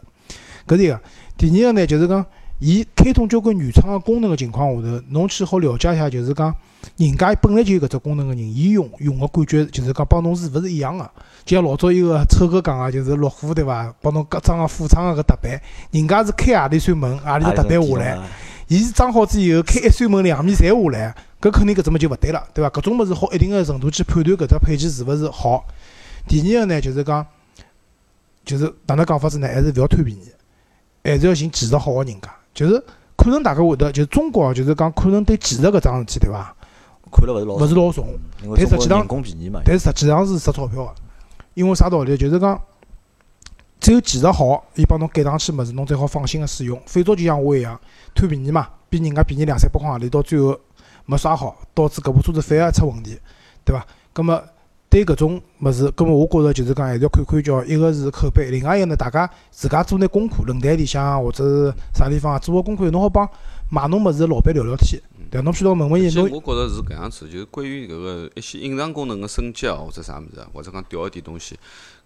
Speaker 2: 搿是一个。第二个呢，就是讲伊开通交关原厂个功能个情况下头，侬去好了解一下，就是讲人家本来就有搿只功能个人，伊用用个感觉就是讲帮侬是勿是一样个、就像老早有个臭哥讲个，啊就是路虎对伐？帮侬装个副厂个搿踏板，人家是开何里扇门，何里只踏板下来。伊是装好之以后，开一扇门两面侪下来，搿肯定搿只物就勿对了，对伐？搿种物事好一定个程度去判断搿只配件是勿是好。第二个呢，就是讲，就是哪能讲法子呢？还是勿要贪便宜，还是要寻技术好个人家。就是可能大家会得，就是中国啊就是讲可能对技术搿桩事体，对伐？
Speaker 1: 看了勿是老
Speaker 2: 勿是
Speaker 1: 重，
Speaker 2: 老重，
Speaker 1: 因为
Speaker 2: 但实
Speaker 1: 中国
Speaker 2: 际上
Speaker 1: 人工便宜嘛。
Speaker 2: 但实际上是值钞票个。啊因为啥道理？就是讲，只有技术好，伊帮侬改上去物事，侬才好放心个使用。否则就像我一样，贪便宜嘛，比人家便宜两三百块行钿，到最后没刷好，导致搿部车子反而出问题，对伐？葛么对搿种物事，葛么我觉着就是讲还是要看看叫，一个是口碑，另外一个呢，大家自家做眼功课，论坛里向啊或者是啥地方啊做好功课，侬好帮卖侬物事个老板聊聊天，对伐？啊侬譬如讲问问伊
Speaker 3: 其实
Speaker 2: 侬
Speaker 3: 我觉着是搿样子，就是关于搿个一些隐藏功能个升级啊，或者啥物事啊，或者讲调一点东西，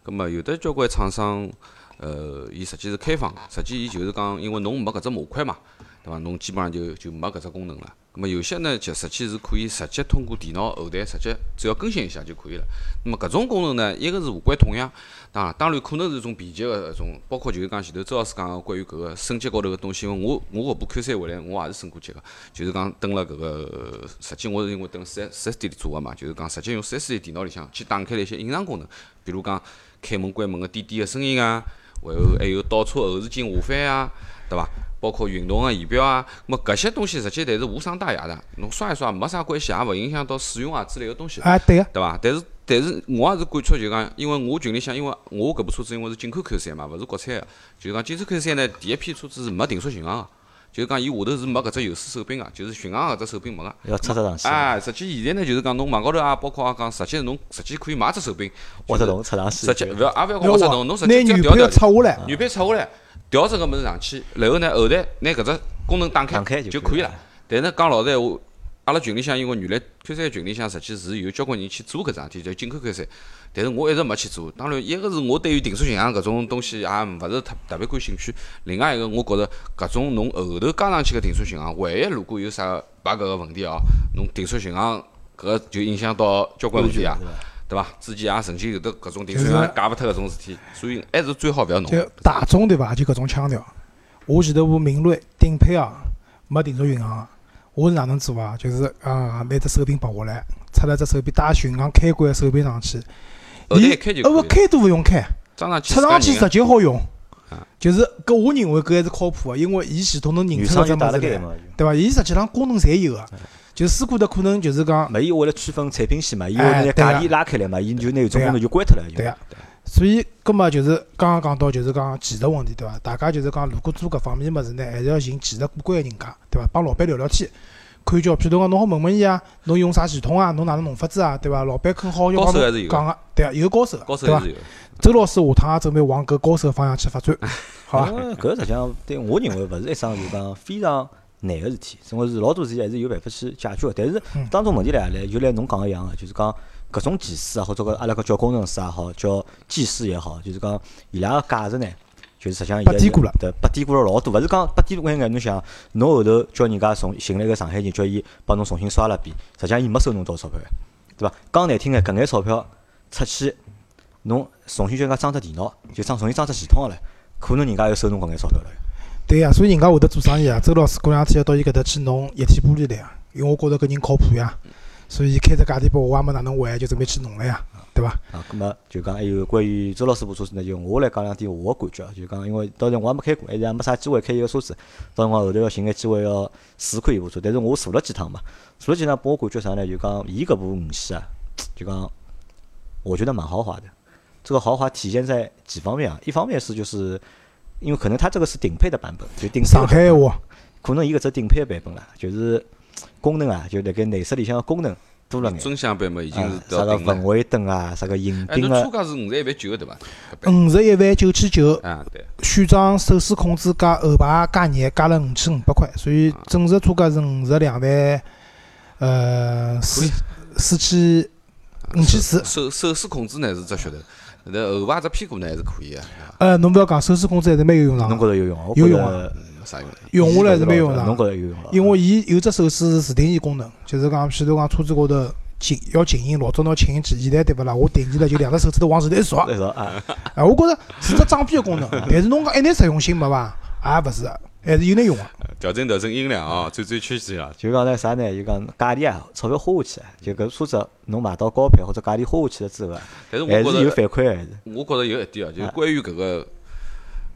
Speaker 3: 葛末有的交关厂商，呃，伊实际是开放的，实际伊就是讲，因为侬没搿只模块嘛，对伐？侬基本上就就没搿只功能了。葛末有些呢，就实际是可以直接通过电脑后台直接只要更新一下就可以了。那么搿种功能呢，一个是无关痛痒，当然当然可能是一种便捷个一种，包括就是讲前头周老师讲个关于搿个升级高头个东西，因为我我搿部 Q 三回来，我也是升过级个。就是讲登了搿个，呃实际我是因为登四 S 四 S 店里做个嘛，就是讲实际用四 S 店电脑里向去打开了一些隐藏功能，比如讲开门关门个滴滴个声音啊，然后还有倒车后视镜下翻啊，对伐？包括运动个仪表啊，咹搿些东西实际侪是无伤大雅的，侬刷一刷没啥关系，也勿影响到使用啊之类个东西。
Speaker 2: 啊，对个、
Speaker 3: 对伐？但是但是我也是感触，就讲，因为我群里向，因为我搿部车子因为是进口 Q 三啊嘛，勿是国产个，就是讲进口 Q 三呢，第一批车子是没定速巡航个，就是讲伊下头是没搿只有丝手柄个，就是巡航搿只手柄没个。
Speaker 1: 要插得上去，
Speaker 3: 哎，实际现在呢，就是讲侬网高头啊，包括啊讲，实际侬实际可以买只手柄，
Speaker 1: 或者侬插上去
Speaker 3: 实际
Speaker 1: 就
Speaker 3: 勿要也勿要讲
Speaker 2: 要
Speaker 3: 我啥
Speaker 2: 往
Speaker 3: 侬，侬实
Speaker 2: 拿
Speaker 3: 际只
Speaker 2: 原
Speaker 3: 要
Speaker 2: 配
Speaker 3: 调啊
Speaker 2: 要
Speaker 3: 调，
Speaker 2: 拆下来。
Speaker 3: 原配拆下来，调整个物事上去，然后呢后台拿搿只功能打开
Speaker 1: 打开就
Speaker 3: 就
Speaker 1: 可
Speaker 3: 可
Speaker 1: 以
Speaker 3: 以
Speaker 1: 了
Speaker 3: 了。但是讲老实闲话，阿拉群里向因为原来 Q 三群里向实际是有交关人去做搿桩事体，就进口 Q 三，但是我一直没去做。当然，一个是我对于定速巡航搿种东西也勿是特特别感兴趣，另外一个我觉着搿种侬后头加上去个定速巡航，万一如果有啥 bug 个问题哦，侬定速巡航搿就影响到交关问题啊
Speaker 1: 对。
Speaker 3: 对伐？之前也曾经有得搿种定
Speaker 2: 就
Speaker 3: 速
Speaker 2: 是
Speaker 3: 巡航解勿脱搿种事体，所以还是最好勿要弄。
Speaker 2: 就大众对伐？就搿种腔调。我前头部明锐顶配啊，没定速巡航啊，我是哪能做啊？就是啊，拿只手柄拔下来，插了只手柄带巡航开关的手柄上去，
Speaker 3: 后头
Speaker 2: 你
Speaker 3: 一哦开就
Speaker 2: 呃不
Speaker 3: 可以了，
Speaker 2: 开都勿用开，
Speaker 3: 装上去
Speaker 2: 插上去
Speaker 3: 自家
Speaker 2: 直
Speaker 3: 人
Speaker 2: 接好用
Speaker 3: 啊。
Speaker 2: 就是搿，我认为搿还是靠谱个，啊因为伊系统能认
Speaker 1: 原
Speaker 2: 出
Speaker 1: 厂
Speaker 2: 搿只
Speaker 1: 就打
Speaker 2: 物
Speaker 1: 了
Speaker 2: 事
Speaker 1: 盖
Speaker 2: 来，
Speaker 1: 嘛，嗯
Speaker 2: 对伐？伊实际上功能侪有个，啊就试过的可能就是讲
Speaker 1: 没伊为了区分产品线嘛，伊为
Speaker 2: 哎
Speaker 1: 了
Speaker 2: 对
Speaker 1: 价
Speaker 2: 呀
Speaker 1: 钿拉开来嘛，伊就拿有种
Speaker 2: 对呀
Speaker 1: 功能就关脱了，就
Speaker 2: 对啊，所以搿么就是刚刚讲到，就是讲技术问题，对伐？大家就是讲，如果做搿方面物事呢，还是要寻技术过关个人家，对伐？帮老板聊聊天，看叫，譬如讲侬好问问伊啊，侬用啥系统啊，侬哪能弄法子啊，对伐？老板肯好要
Speaker 3: 高
Speaker 2: 帮
Speaker 3: 手还
Speaker 2: 侬
Speaker 3: 是有的
Speaker 2: 讲个，对啊，有高手的，
Speaker 3: 高手
Speaker 2: 对伐
Speaker 3: 还是？有。
Speaker 2: 周老师下趟也准备往
Speaker 1: 嗯
Speaker 2: 搿高手方向去发展，好伐？
Speaker 1: 因为搿实际上对我认为勿是一桩就讲非常难个事体，总归是老多事体还是有办法去解决个。但是
Speaker 2: 嗯
Speaker 1: 当中问题来来，就来侬讲个一样个，就是讲搿种技师啊，或者搿阿拉搿叫工程师也好，叫技师也好，就是讲伊拉个价值呢，就是实际上现在
Speaker 2: 被低估了
Speaker 1: 对，被低估了老多。勿是讲被低估眼眼，侬想侬后头叫人家重寻了一个上海人，叫伊帮侬重新刷了遍，实际上伊没收侬多少钞票个，对伐？讲难听眼，搿眼钞票出去。侬重新叫人家装只电脑，就装重新装只系统个唻，可能人家要收侬搿眼钞票了。
Speaker 2: 对呀、所以人家会得做生意啊。周老师过两天要到伊搿搭去弄液体玻璃来啊，因为我觉着搿人靠谱呀，所以开只价钿拨我也没哪能还，就准备去弄了呀，对伐？
Speaker 1: 啊，葛末就讲还有关于周老师部车子呢，就我来讲两点我个感觉，就讲因为到现在我还没开过，还哎是也没啥机会开伊个车子，到辰光后头要寻个机会要试看伊部车，但是我坐了几趟嘛，坐了几趟拨我感觉啥呢？就讲伊搿部五系啊，就讲我觉得蛮豪华的。这个豪华体现在几方面啊？一方面是就是因为可能它这个是顶配的版本，就顶配的
Speaker 2: 上
Speaker 1: 版
Speaker 2: 海
Speaker 1: 本
Speaker 2: 话，
Speaker 1: 可能伊搿只顶配个版本啦，就是功能啊，就辣盖内饰里向个功能多了眼，
Speaker 3: 尊享版嘛，已经
Speaker 1: 啊
Speaker 3: 是
Speaker 1: 啥
Speaker 3: 嗯哎到
Speaker 1: 个
Speaker 3: 顶
Speaker 1: 氛
Speaker 3: 了。
Speaker 1: 围灯啊，啥个引
Speaker 3: 哎，
Speaker 1: 擎
Speaker 3: 侬
Speaker 1: 啊
Speaker 3: 车，价是五十一万九个对伐？搿版
Speaker 2: 五十一万九千九，
Speaker 3: 啊，对，
Speaker 2: 选装手势控制加后排加热加了五千五百块，所以
Speaker 1: 啊
Speaker 2: 正式车价是五十两万，呃四四千
Speaker 1: 啊
Speaker 2: 五千四。
Speaker 3: 手手势控制呢是只噱头，那后排只屁股呢还是可以个，啊
Speaker 2: 呃，侬勿要讲，手势控制还是蛮有用场
Speaker 1: 侬觉
Speaker 2: 的，
Speaker 1: 着有用啊？我
Speaker 2: 有
Speaker 1: 觉
Speaker 2: 用
Speaker 1: 着
Speaker 3: 有啥用呢？
Speaker 2: 用下来是蛮有用
Speaker 1: 侬
Speaker 2: 场
Speaker 1: 觉
Speaker 2: 的。
Speaker 1: 着有用啊？
Speaker 2: 因为伊有只手势是自定义功能，就是讲，譬如讲车子高头静要静音，老早拿静音器，现在对勿啦？我定义了，就两只手指头往前头一扫，
Speaker 1: 那时候啊，
Speaker 2: 啊，我觉着是只装逼个功能，但是侬讲一点实用性没伐？也勿是，还是有眼用啊个。
Speaker 3: 调整调整音量啊，转转圈圈啊，
Speaker 1: 就讲呢啥呢？就讲价钿啊，钞票花下去啊，就搿车子侬买到高配或者价钿花下去了之后啊，
Speaker 3: 但是我
Speaker 1: 还
Speaker 3: 觉
Speaker 1: 是有
Speaker 3: 得
Speaker 1: 反馈的还是。
Speaker 3: 我觉着有一点啊，就是关于搿个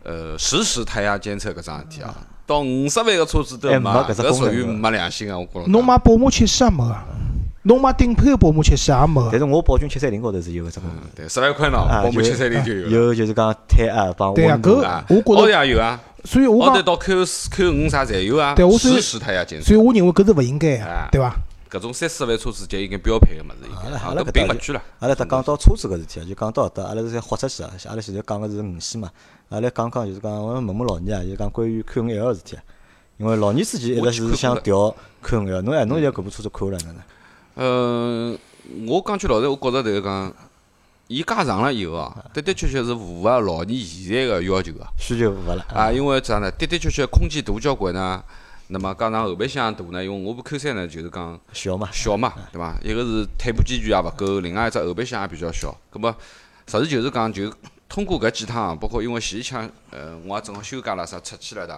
Speaker 3: 呃实时胎压监测搿桩事体啊，
Speaker 2: 嗯
Speaker 3: 到五十万个车子都
Speaker 1: 哎
Speaker 3: 买，
Speaker 1: 没搿只
Speaker 3: 搿
Speaker 1: 功
Speaker 3: 属
Speaker 1: 能
Speaker 3: 于
Speaker 1: 了
Speaker 3: 没良心啊！我觉着。
Speaker 2: 侬买宝马七系也没个，侬买顶配个宝马七系也没啊
Speaker 1: 但
Speaker 2: 个。
Speaker 1: 是我宝骏七三零高头是有搿只功能，
Speaker 3: 对，十来块呢，
Speaker 1: 啊
Speaker 3: 宝
Speaker 1: 就
Speaker 3: 马嗯七三零就有了。
Speaker 1: 有就是讲胎压帮
Speaker 2: 对啊
Speaker 1: 温度
Speaker 2: 搿
Speaker 3: 啊，
Speaker 2: 我觉得
Speaker 3: 奥迪也有啊，
Speaker 2: 所以我
Speaker 3: 奥迪
Speaker 2: 讲，
Speaker 3: 到 Q 四、Q 五啥侪有啊，
Speaker 2: 对我所以
Speaker 3: 实时胎压监测。
Speaker 2: 所以我认为搿是勿应该个
Speaker 3: 啊，
Speaker 2: 对伐？
Speaker 3: 搿种三四万车子就已经标配个物事，已
Speaker 1: 阿
Speaker 3: 经
Speaker 1: 拉
Speaker 3: 啊
Speaker 1: 阿拉
Speaker 3: 搿
Speaker 1: 搿
Speaker 3: 并
Speaker 1: 搭
Speaker 3: 勿
Speaker 1: 就
Speaker 3: 贵了。
Speaker 1: 阿拉搭讲到车子搿事体啊，就讲到搿搭，阿拉是侪豁出去啊。阿拉现在讲个是五系嘛，阿拉讲讲就是讲，我问问老倪啊，就是讲关于 Q 五 L 事体啊。因为老倪之前一直是想调 Q 五 L，侬哎，侬现在搿部车子看了哪能？
Speaker 3: 嗯，我讲句老实闲，我觉着迭个讲，伊加长了以后啊，的的确确是符合老年现在个要求个
Speaker 1: 需求勿了
Speaker 3: 啊，因为啥呢？的的确确空间大交关呢，那么加上后备箱大呢，因为我部 Q 三呢就是讲
Speaker 1: 小嘛，
Speaker 3: 小嘛，对伐？一个是腿部间距也勿够，另外一只后备箱也比较小。葛么，实事求是讲，就通过搿几趟，啊包括因为前一枪，呃，我也正好休假啦，啥出去了，大，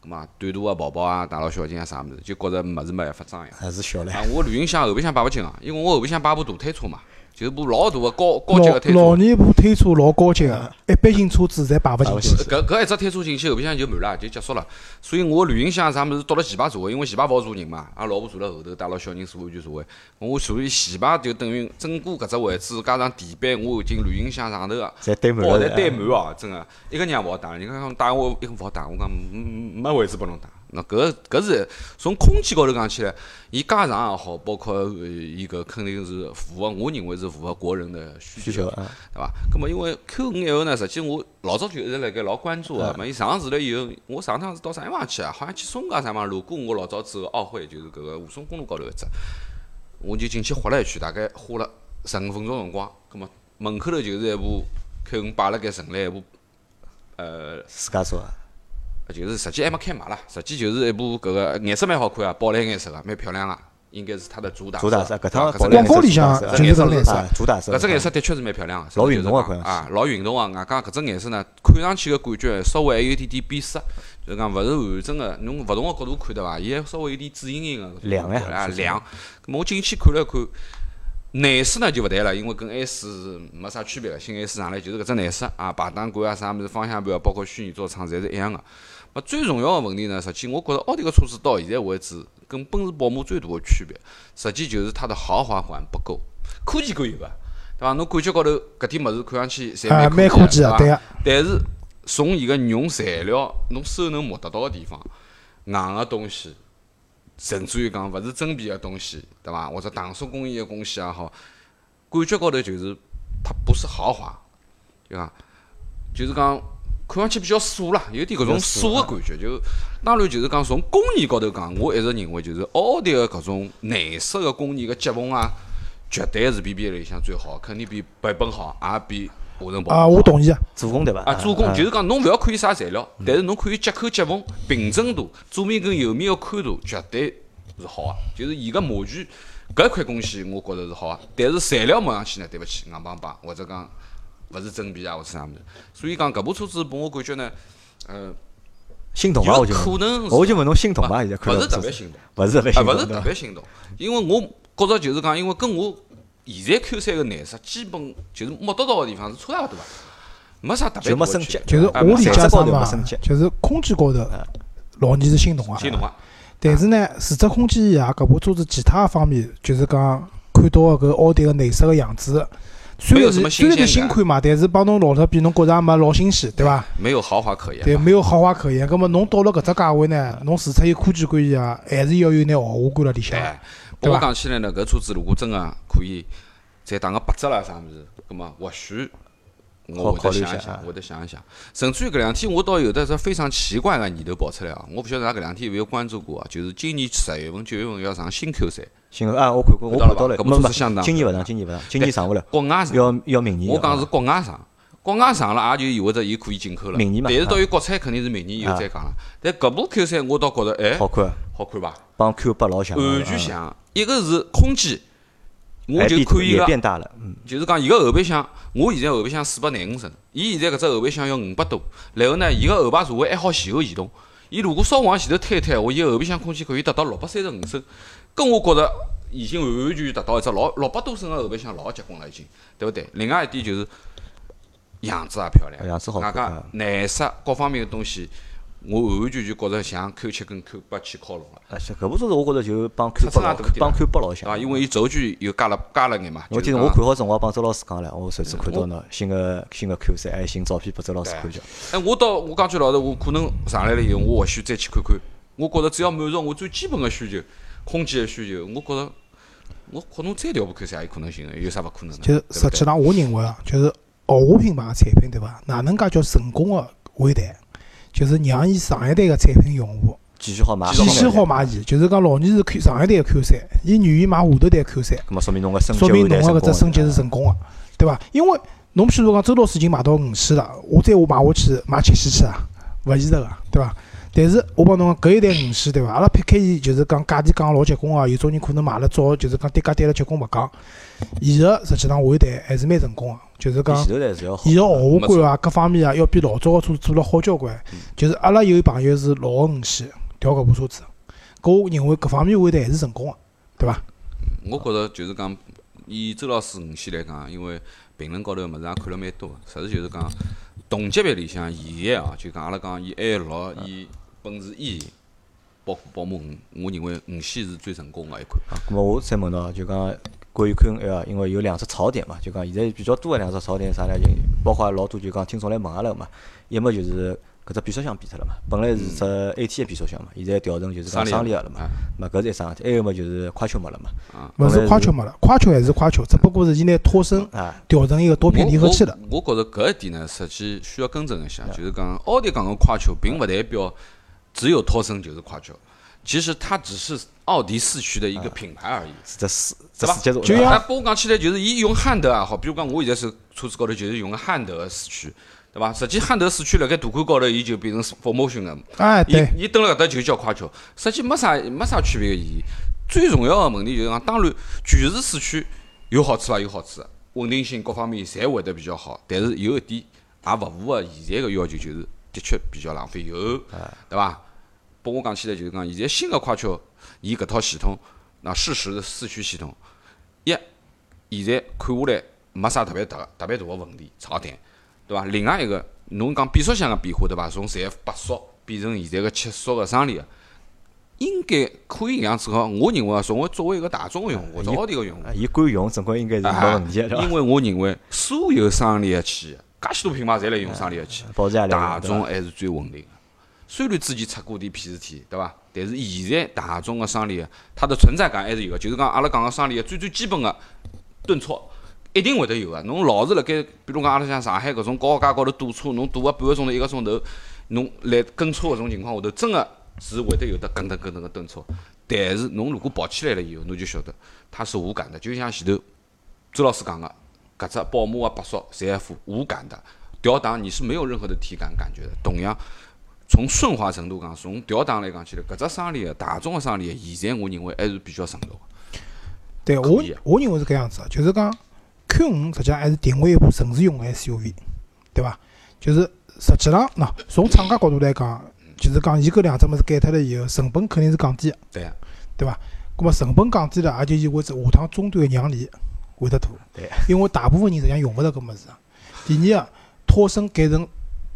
Speaker 3: 葛么短途啊、跑跑啊、大老小金啊啥物事，就觉着物事没办法装呀。
Speaker 1: 还是小唻。
Speaker 3: 啊，我旅行箱后备箱摆勿进啊，因为我后备箱摆部大推车嘛，就是部老大个高高级个推车。嗯
Speaker 2: 老老年部推车老高级个，一般性车子侪摆
Speaker 1: 摆
Speaker 2: 勿
Speaker 1: 勿
Speaker 2: 进
Speaker 1: 进
Speaker 2: 去。
Speaker 3: 呃搿搿一只推车进去后备箱就满了，就结束了。所以我旅行箱啥物事到了前排座位，因为前排勿好坐人嘛，阿拉老婆坐辣后头，带牢小人坐安全座位。我坐于前排就等于整个搿只位置加上地板，我已经旅行箱上头啊，
Speaker 1: 侪堆满
Speaker 3: 包
Speaker 1: 了嗯
Speaker 3: 侪
Speaker 1: 是吧，
Speaker 3: 堆满哦，真个一个人也勿好打。人家讲打我一个勿好打，我讲嗯没位置拨侬打。那搿搿是从空间高头讲起来，伊加长也好，包括呃伊搿肯定是符合，我认为是符合国人的
Speaker 1: 需
Speaker 3: 需
Speaker 1: 求
Speaker 3: 求。
Speaker 1: 啊，
Speaker 3: 对伐？咁么因为 Q 五以后呢，实际我老早就一直辣盖老关注啊。嘛，伊上市了以后，我上趟是到啥地方去啊？好像去松江啥地方路过我老早走个奥会，就是搿个武松公路高头一只，我就进去滑了一圈，大概花了十五分钟辰光。咁么门口头就是一部 Q 五摆辣盖陈列一部，呃，
Speaker 1: 自家车啊，
Speaker 3: 就是实际还没开卖啦，实际就是一部搿个颜色蛮好看啊，宝蓝颜色个，蛮漂亮个，应该是它的主打
Speaker 1: 主打
Speaker 3: 色
Speaker 1: 色
Speaker 3: 啊。
Speaker 1: 搿趟
Speaker 3: 搿只
Speaker 1: 宝
Speaker 3: 颜
Speaker 1: 来
Speaker 2: 广
Speaker 3: 色
Speaker 2: 告里向
Speaker 1: 是
Speaker 2: 就是是搿颜色。
Speaker 1: 啊主打色，
Speaker 3: 搿只颜色的确是蛮漂亮个，
Speaker 1: 老运动
Speaker 3: 个
Speaker 1: 啊看上去
Speaker 3: 啊，老运动啊！外加搿只颜色呢，看上去个感觉稍微还有一点点变色，就是讲勿是完整个，侬勿同个角度看对伐？伊还稍微有点紫莹莹个，
Speaker 1: 亮呀
Speaker 3: 啊
Speaker 1: 是是
Speaker 3: 亮。咾么我进去看了看，内饰呢就勿谈了，因为跟 S 没啥区别个，新 S 上来就是搿只内饰啊，排档杆啊啥物事，方向盘啊，包括虚拟座舱侪是一样个。咹最重要个问题呢，实际我觉着奥迪个车子到现在为止，跟奔驰、宝马最大个区别，实际就是它的豪华感不够，科技感有个。对伐？侬感觉高头搿点物事看上去侪
Speaker 2: 啊，蛮
Speaker 3: 科
Speaker 2: 科技
Speaker 3: 个
Speaker 2: 个，，对
Speaker 3: 伐？
Speaker 2: 个，
Speaker 3: 但是从伊个用材料，侬手能摸得到个地方，硬个东西，甚至于讲勿是真皮个东西，对伐？或者糖塑工艺个东西也好，感觉高头就是它不是豪华，对伐？就是讲看上去比较素啦，有点搿
Speaker 1: 比
Speaker 3: 种
Speaker 1: 较素
Speaker 3: 素的感觉。就当然就是讲从工艺高头讲，我一直认为就是奥迪的搿种内饰的工艺的接缝啊，绝对是比 B 里向最好，肯定比版本好，也比华晨宝马
Speaker 2: 啊，
Speaker 3: 好
Speaker 2: 我同意啊，
Speaker 1: 做工对伐？
Speaker 3: 啊，做工
Speaker 1: 嗯
Speaker 3: 就是讲侬勿要看伊啥材料，但是侬看伊接口接缝、平整度、左面跟右面个宽度，绝对是好个。就是伊个模具搿一块东西，我觉着是好个。啊但是材料摸上去呢，对勿起，硬邦邦，或者讲勿是真皮啊，或者啥物事。所以讲搿部车子拨我感觉呢，呃，
Speaker 1: 心动伐？
Speaker 3: 有
Speaker 1: 我就问
Speaker 3: 可能是啊
Speaker 1: 我就问侬心动伐？现在看
Speaker 3: 勿
Speaker 1: 到
Speaker 3: 是特
Speaker 1: 这
Speaker 3: 别
Speaker 1: 种
Speaker 3: 心动。
Speaker 1: 勿是特别
Speaker 3: 啊，
Speaker 1: 心动，
Speaker 3: 勿
Speaker 1: 对
Speaker 3: 是特
Speaker 1: 伐
Speaker 3: 别心动，因为我觉着就是讲，因为跟我现在 Q 三个颜色基本就是摸得到个地方是差勿多个，没啥特别
Speaker 1: 就没
Speaker 3: 多
Speaker 1: 升
Speaker 3: 的
Speaker 1: 级
Speaker 3: 区别
Speaker 2: 就是
Speaker 3: 啊
Speaker 2: 我理解
Speaker 1: 材质
Speaker 2: 啥
Speaker 1: 高头
Speaker 2: 嘛
Speaker 1: 没升级，
Speaker 2: 就是空间高头，老年是心动啊，
Speaker 3: 嗯心动啊！
Speaker 2: 但是呢，除脱空间以外，搿部车子其他方面，就是讲看到个搿奥迪个内饰个样子，虽
Speaker 3: 没有
Speaker 2: 然
Speaker 3: 什么
Speaker 2: 是虽然是
Speaker 3: 新鲜
Speaker 2: 新
Speaker 3: 感
Speaker 2: 款嘛，但是帮侬老头比侬觉着也没老新鲜，对伐？
Speaker 3: 没有豪华可言。啊
Speaker 2: 对，没有豪华可言。葛末侬到了搿只价位呢，侬除脱有科技感以外，还是要有眼豪华感辣里向。
Speaker 3: 哎，
Speaker 2: 对
Speaker 3: 不过
Speaker 2: 吧
Speaker 3: 讲起来呢，搿车子如果真个可以再打个八折啦啊啥物事，葛末或许我
Speaker 1: 好
Speaker 3: 会
Speaker 1: 考
Speaker 3: 得
Speaker 1: 虑一
Speaker 3: 想一
Speaker 1: 下啊
Speaker 3: 想，会得想一想。甚至于搿两天我倒有的是非常奇怪个念头跑出来啊！我不晓得㑚搿两天有没有关注过啊？就是今年十月份、九月份要上新 Q 三，
Speaker 1: 行啊，我看过，我
Speaker 3: 看到
Speaker 1: 看到了，
Speaker 3: 了吧搿
Speaker 1: 没
Speaker 3: 么
Speaker 1: 没
Speaker 3: 就是相当
Speaker 1: 今年勿上，今年勿上，今年上勿了，
Speaker 3: 国外上，
Speaker 1: 要要明年。
Speaker 3: 我讲是国外上。国外上了，也就意味着伊可以进口了。
Speaker 1: 明年嘛
Speaker 3: 但是
Speaker 1: 啊
Speaker 3: 到伊国产肯定是明年以后再讲了。但搿部 Q 三我倒觉着，哎
Speaker 1: 好，看，
Speaker 3: 好看伐？
Speaker 1: 帮 Q 八老像，
Speaker 3: 完全像。一个呃是空间，
Speaker 1: 嗯，
Speaker 3: 我
Speaker 1: 哎
Speaker 3: 就
Speaker 1: 变
Speaker 3: 看伊
Speaker 1: 也
Speaker 3: 个
Speaker 1: 变大了，嗯，
Speaker 3: 就是讲伊个后备箱，我现在后备箱四百廿五升，伊现在搿只后备箱要五百多，然后呢，伊个后排座位还好前后移动，伊如果稍往前头推一推，我伊个后备箱空间可以达到六百三十五升，跟我觉着已经完完全全达到一只老六百多升个后备箱老结棍了已经，对勿对？另外一点就是样子也漂亮，
Speaker 1: 啊样子好
Speaker 3: 外
Speaker 1: 看
Speaker 3: 加颜色各方面个东西，我完完全全觉着像 Q 七跟 Q 八去靠拢了，
Speaker 1: 而且呃搿部车子我觉着就帮 Q 八
Speaker 3: 差
Speaker 1: 老
Speaker 3: 差大一点
Speaker 1: 帮
Speaker 3: 啊
Speaker 1: Q 八老
Speaker 3: 对伐？
Speaker 1: 像。
Speaker 3: 因为伊轴距又加了加了眼嘛，
Speaker 1: 我
Speaker 3: 就是
Speaker 1: 记得我
Speaker 3: 讲
Speaker 1: 看好辰光帮周老师讲了，我上次看到喏新个新个 Q 三，还有新照片拨周老师看叫。
Speaker 3: 哎，我到我讲句老实，我可能上来了以后，我或许再去看看。我觉着只要满足我最基本的需求，空间的需求，我觉着我可能再调部 Q 三也有可能性的，有啥勿可能呢？
Speaker 2: 就是
Speaker 3: 对
Speaker 2: 实
Speaker 3: 不
Speaker 2: 际
Speaker 3: 对？
Speaker 2: 上，我认为啊，就是豪华品牌个产品，对伐？哪能介叫成功个回弹？就是让伊上一代个产品用户
Speaker 1: 继续好买，
Speaker 2: 继续好买伊，就是讲老年是 Q 上一代个 Q 三，伊愿意买下头代 Q 三，
Speaker 1: 咁么说明侬个升级
Speaker 2: 说明
Speaker 1: 后
Speaker 2: 侬
Speaker 1: 代
Speaker 2: 个搿只升
Speaker 1: 成功
Speaker 2: 级是
Speaker 1: 了
Speaker 2: 成功个，啊对伐？因为侬譬如讲周老师已经买到五系了，我再我买下去买七系去啊，勿现实个，对伐？但是我帮侬讲，搿一代五系对伐？阿拉撇开伊就是讲价钿讲老结棍啊，有种人可能买了早，就是讲跌价跌了结棍勿讲，伊个实际上回弹还是蛮成功个，就是
Speaker 1: 比
Speaker 2: 讲
Speaker 1: 前头代是要好。
Speaker 2: 伊个豪华感啊，各方面啊，要比老早个车做了好交关。
Speaker 1: 嗯
Speaker 2: 就是阿拉有朋友是老个五系调搿部车子，搿我认为各方面回弹还是成功个，对伐？
Speaker 3: 我觉着就是讲，以周老师五系来讲，因为评论高头物事也看了蛮多的，实事求是讲，同级别里向现在啊，就讲阿拉讲以 i 六、以奔驰 E，包括宝马五，我认为五系是最成功的一款。
Speaker 1: 咁么我再问侬，就讲关于 Q&A 啊，因为有两只槽点嘛，就讲现在比较多的两只槽点是啥呢？就包括老多就讲听众来问啊阿拉个嘛，要么就是搿只变速箱变脱了嘛，本来是只 AT 的变速箱嘛，现在调成就是讲
Speaker 3: 商啊
Speaker 1: 双
Speaker 3: 力
Speaker 1: 离
Speaker 3: 的
Speaker 1: 合了嘛，嘛搿是一桩事体，还有么就是快车没了嘛，
Speaker 2: 勿
Speaker 1: 本
Speaker 2: 是
Speaker 1: 来
Speaker 2: 夸丘没了，夸丘还是夸丘，只不过是伊拿拖绳
Speaker 1: 啊，
Speaker 2: 调成一个多片离合器了。
Speaker 3: 我我我觉着搿一点呢，实际需要更正一下，就是讲奥迪讲个快球，并勿代表只有托森就是快球，其实它只是奥迪四驱的一个品牌而已。
Speaker 1: 是只四只
Speaker 3: 对吧
Speaker 1: 四节座
Speaker 2: 就
Speaker 1: 对
Speaker 2: 像
Speaker 1: 伐
Speaker 3: 那拨我讲起来，就是伊用汉德也好，比如讲我现在是车子高头就是用个汉德的四驱，对伐？实际汉德四驱辣盖大宽高头，伊就变成 f o r m o t i o n 了。
Speaker 2: 哎，
Speaker 3: 伊
Speaker 2: 对，
Speaker 3: 伊蹲辣搿搭就叫快球，实际没啥没啥区别个意义。最重要个问题就是讲，当然全时四驱有好处伐？有好处的，稳定性各方面侪会得比较好。但是有一点也勿符合现在个要求，就是的确比较浪费油，
Speaker 2: 哎
Speaker 3: 对伐？拨我讲起来就是讲，现在新个快车伊搿套系统，那适时的四驱系统，一现在看下来没啥特别大特别大个问题槽点，对伐？另外一个，侬讲变速箱个变化，对伐？从 CF 八速变成现在个七速个双离合，应该可以搿样子讲。我认为啊，从我作为一个大众用户或者奥迪个用户啊
Speaker 1: 啊，伊敢用，总归应该是没问题的，对
Speaker 3: 因
Speaker 1: 伐？
Speaker 3: 为我认为所有双离合器，介许多品牌侪来用双离合器，
Speaker 1: 保时捷也来用
Speaker 3: 大
Speaker 1: 对伐
Speaker 3: 众还是最稳定的。虽然之前出过点屁事体，对伐？但是现在大众个双离合，它的存在感还是有个。就是讲阿拉讲个双离合最最基本个顿挫，一定会得有个。侬老是辣盖，比如讲阿拉像上海搿种高架高头堵车，侬堵个半个钟头一个钟头，侬来跟车搿种情况下头，真个是会得有得跟噔跟噔个蹬车。但是侬如果跑起来了以后，侬就晓得它是无感的，就像前头周老师讲个，搿只宝马个八速 CF 无感的调档，你是没有任何的体感感觉的。同样。从顺滑程度讲，从调档来讲起来，搿只生理大众个生理，现在我认为还是比较成熟的。
Speaker 2: 对
Speaker 3: 可
Speaker 2: 我
Speaker 3: 以啊
Speaker 2: 我认为是搿样子的，就是讲 Q 五实际上还是定位一部城市用的 SUV，对伐？就是实际上喏，从厂家角度来讲，就是讲伊搿两只物事改脱了以后，成本肯定是降低的，
Speaker 3: 对啊，
Speaker 2: 对伐？葛末成本降低了，也就意味着下趟终端的让利会得大
Speaker 1: 对，
Speaker 2: 因为大部分人实际上用勿着搿物事啊。第二个，脱身改成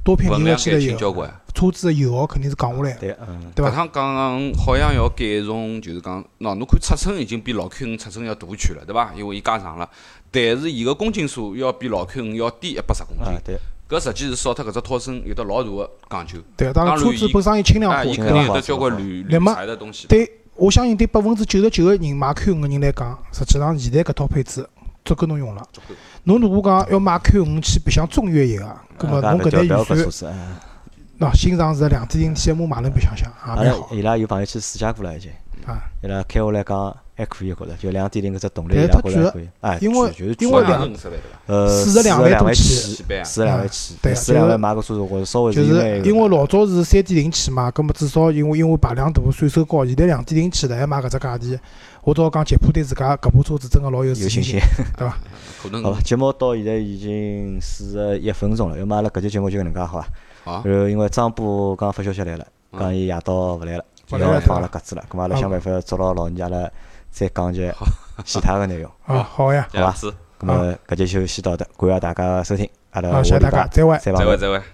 Speaker 2: 多片
Speaker 3: 分
Speaker 2: 离合
Speaker 3: 量
Speaker 2: 器
Speaker 3: 减
Speaker 2: 了
Speaker 3: 轻
Speaker 2: 以
Speaker 3: 交
Speaker 2: 后，
Speaker 3: 关。
Speaker 2: 车子的油耗肯定是降下来的，
Speaker 1: 对，嗯，
Speaker 2: 对
Speaker 3: 搿
Speaker 2: 伐？
Speaker 3: 趟讲好像要改从，就是讲，喏，侬看尺寸已经比老 Q 五尺寸要大去了，对伐？因为伊加长了，但是伊个公斤数要比老 Q 五要低一百十公
Speaker 1: 啊
Speaker 3: 斤，
Speaker 1: 对，
Speaker 3: 搿实际是少脱搿只套身有得老大个讲究。
Speaker 2: 对，当然
Speaker 3: 当
Speaker 2: 车
Speaker 3: 然
Speaker 2: 子
Speaker 3: 伊
Speaker 2: 本身有轻量化，
Speaker 3: 啊，伊
Speaker 2: 对
Speaker 3: 肯
Speaker 2: 伐
Speaker 3: 定？有得交关铝
Speaker 2: 那
Speaker 3: 铝
Speaker 2: 么
Speaker 3: 材的东西。
Speaker 2: 对，我相信对百分之九十九个人买 Q 五个人来讲，实际上现在搿套配置足够侬用了
Speaker 3: 足够。
Speaker 2: 侬如果讲要买 Q 五去白相中越野个，葛末侬搿
Speaker 1: 代
Speaker 2: 台
Speaker 1: 预
Speaker 2: 预
Speaker 1: 算
Speaker 2: 算，喏，新上市的两点零 T 的牧马人白相相也
Speaker 1: 阿
Speaker 2: 蛮
Speaker 1: 拉
Speaker 2: 啊好
Speaker 1: 啊伊拉有朋友去试驾过了已经，
Speaker 2: 啊。
Speaker 1: 伊拉开下来讲还可以，觉着就两点零搿只动力，
Speaker 2: 但
Speaker 1: 伊
Speaker 2: 是
Speaker 1: 拉觉着还
Speaker 2: 它贵
Speaker 1: 可以，哎，
Speaker 2: 因为
Speaker 1: 贵就是
Speaker 2: 因
Speaker 1: 贵
Speaker 2: 为
Speaker 3: 两
Speaker 2: 两
Speaker 3: 五十万对伐？
Speaker 1: 呃
Speaker 2: 四
Speaker 1: 十
Speaker 2: 十两
Speaker 1: 两
Speaker 2: 万多
Speaker 1: 万
Speaker 2: 起
Speaker 1: 起
Speaker 3: 几百啊
Speaker 1: 四十两
Speaker 2: 啊
Speaker 1: 万起，
Speaker 2: 对啊
Speaker 1: 四十两
Speaker 2: 就是
Speaker 1: 万买个车子，我觉着稍微
Speaker 2: 就是是因
Speaker 1: 因
Speaker 2: 为老早是三点零起嘛，葛末至少因为因为排量大、税收高，现在两点零起了还买搿只价钿，我倒讲杰普对自家搿部车子真个老有
Speaker 1: 有
Speaker 2: 自
Speaker 1: 信
Speaker 2: 信
Speaker 1: 心
Speaker 2: 心，。对伐？
Speaker 3: 可能
Speaker 1: 好吧，节目到现在已经四十一分钟了，要么阿拉搿期节目就搿能介好伐？
Speaker 3: 啊，
Speaker 1: 然后因为张波刚发消息来了，讲伊夜到勿来了，
Speaker 2: 勿
Speaker 1: 要
Speaker 2: 来了
Speaker 1: 帮阿拉搿子了，咁阿拉
Speaker 2: 啊
Speaker 1: 想办法捉牢老人家了，再讲些其他的内容。
Speaker 2: 啊，好呀，
Speaker 3: 这样子，
Speaker 1: 咁么搿节就先到这，感谢大家的收听，阿拉下
Speaker 2: 啊，嗯谢谢
Speaker 1: 礼
Speaker 2: 大家，
Speaker 1: 拜
Speaker 2: 再会。
Speaker 1: 再
Speaker 3: 再
Speaker 1: 碰
Speaker 3: 会
Speaker 1: 头。
Speaker 3: 再会。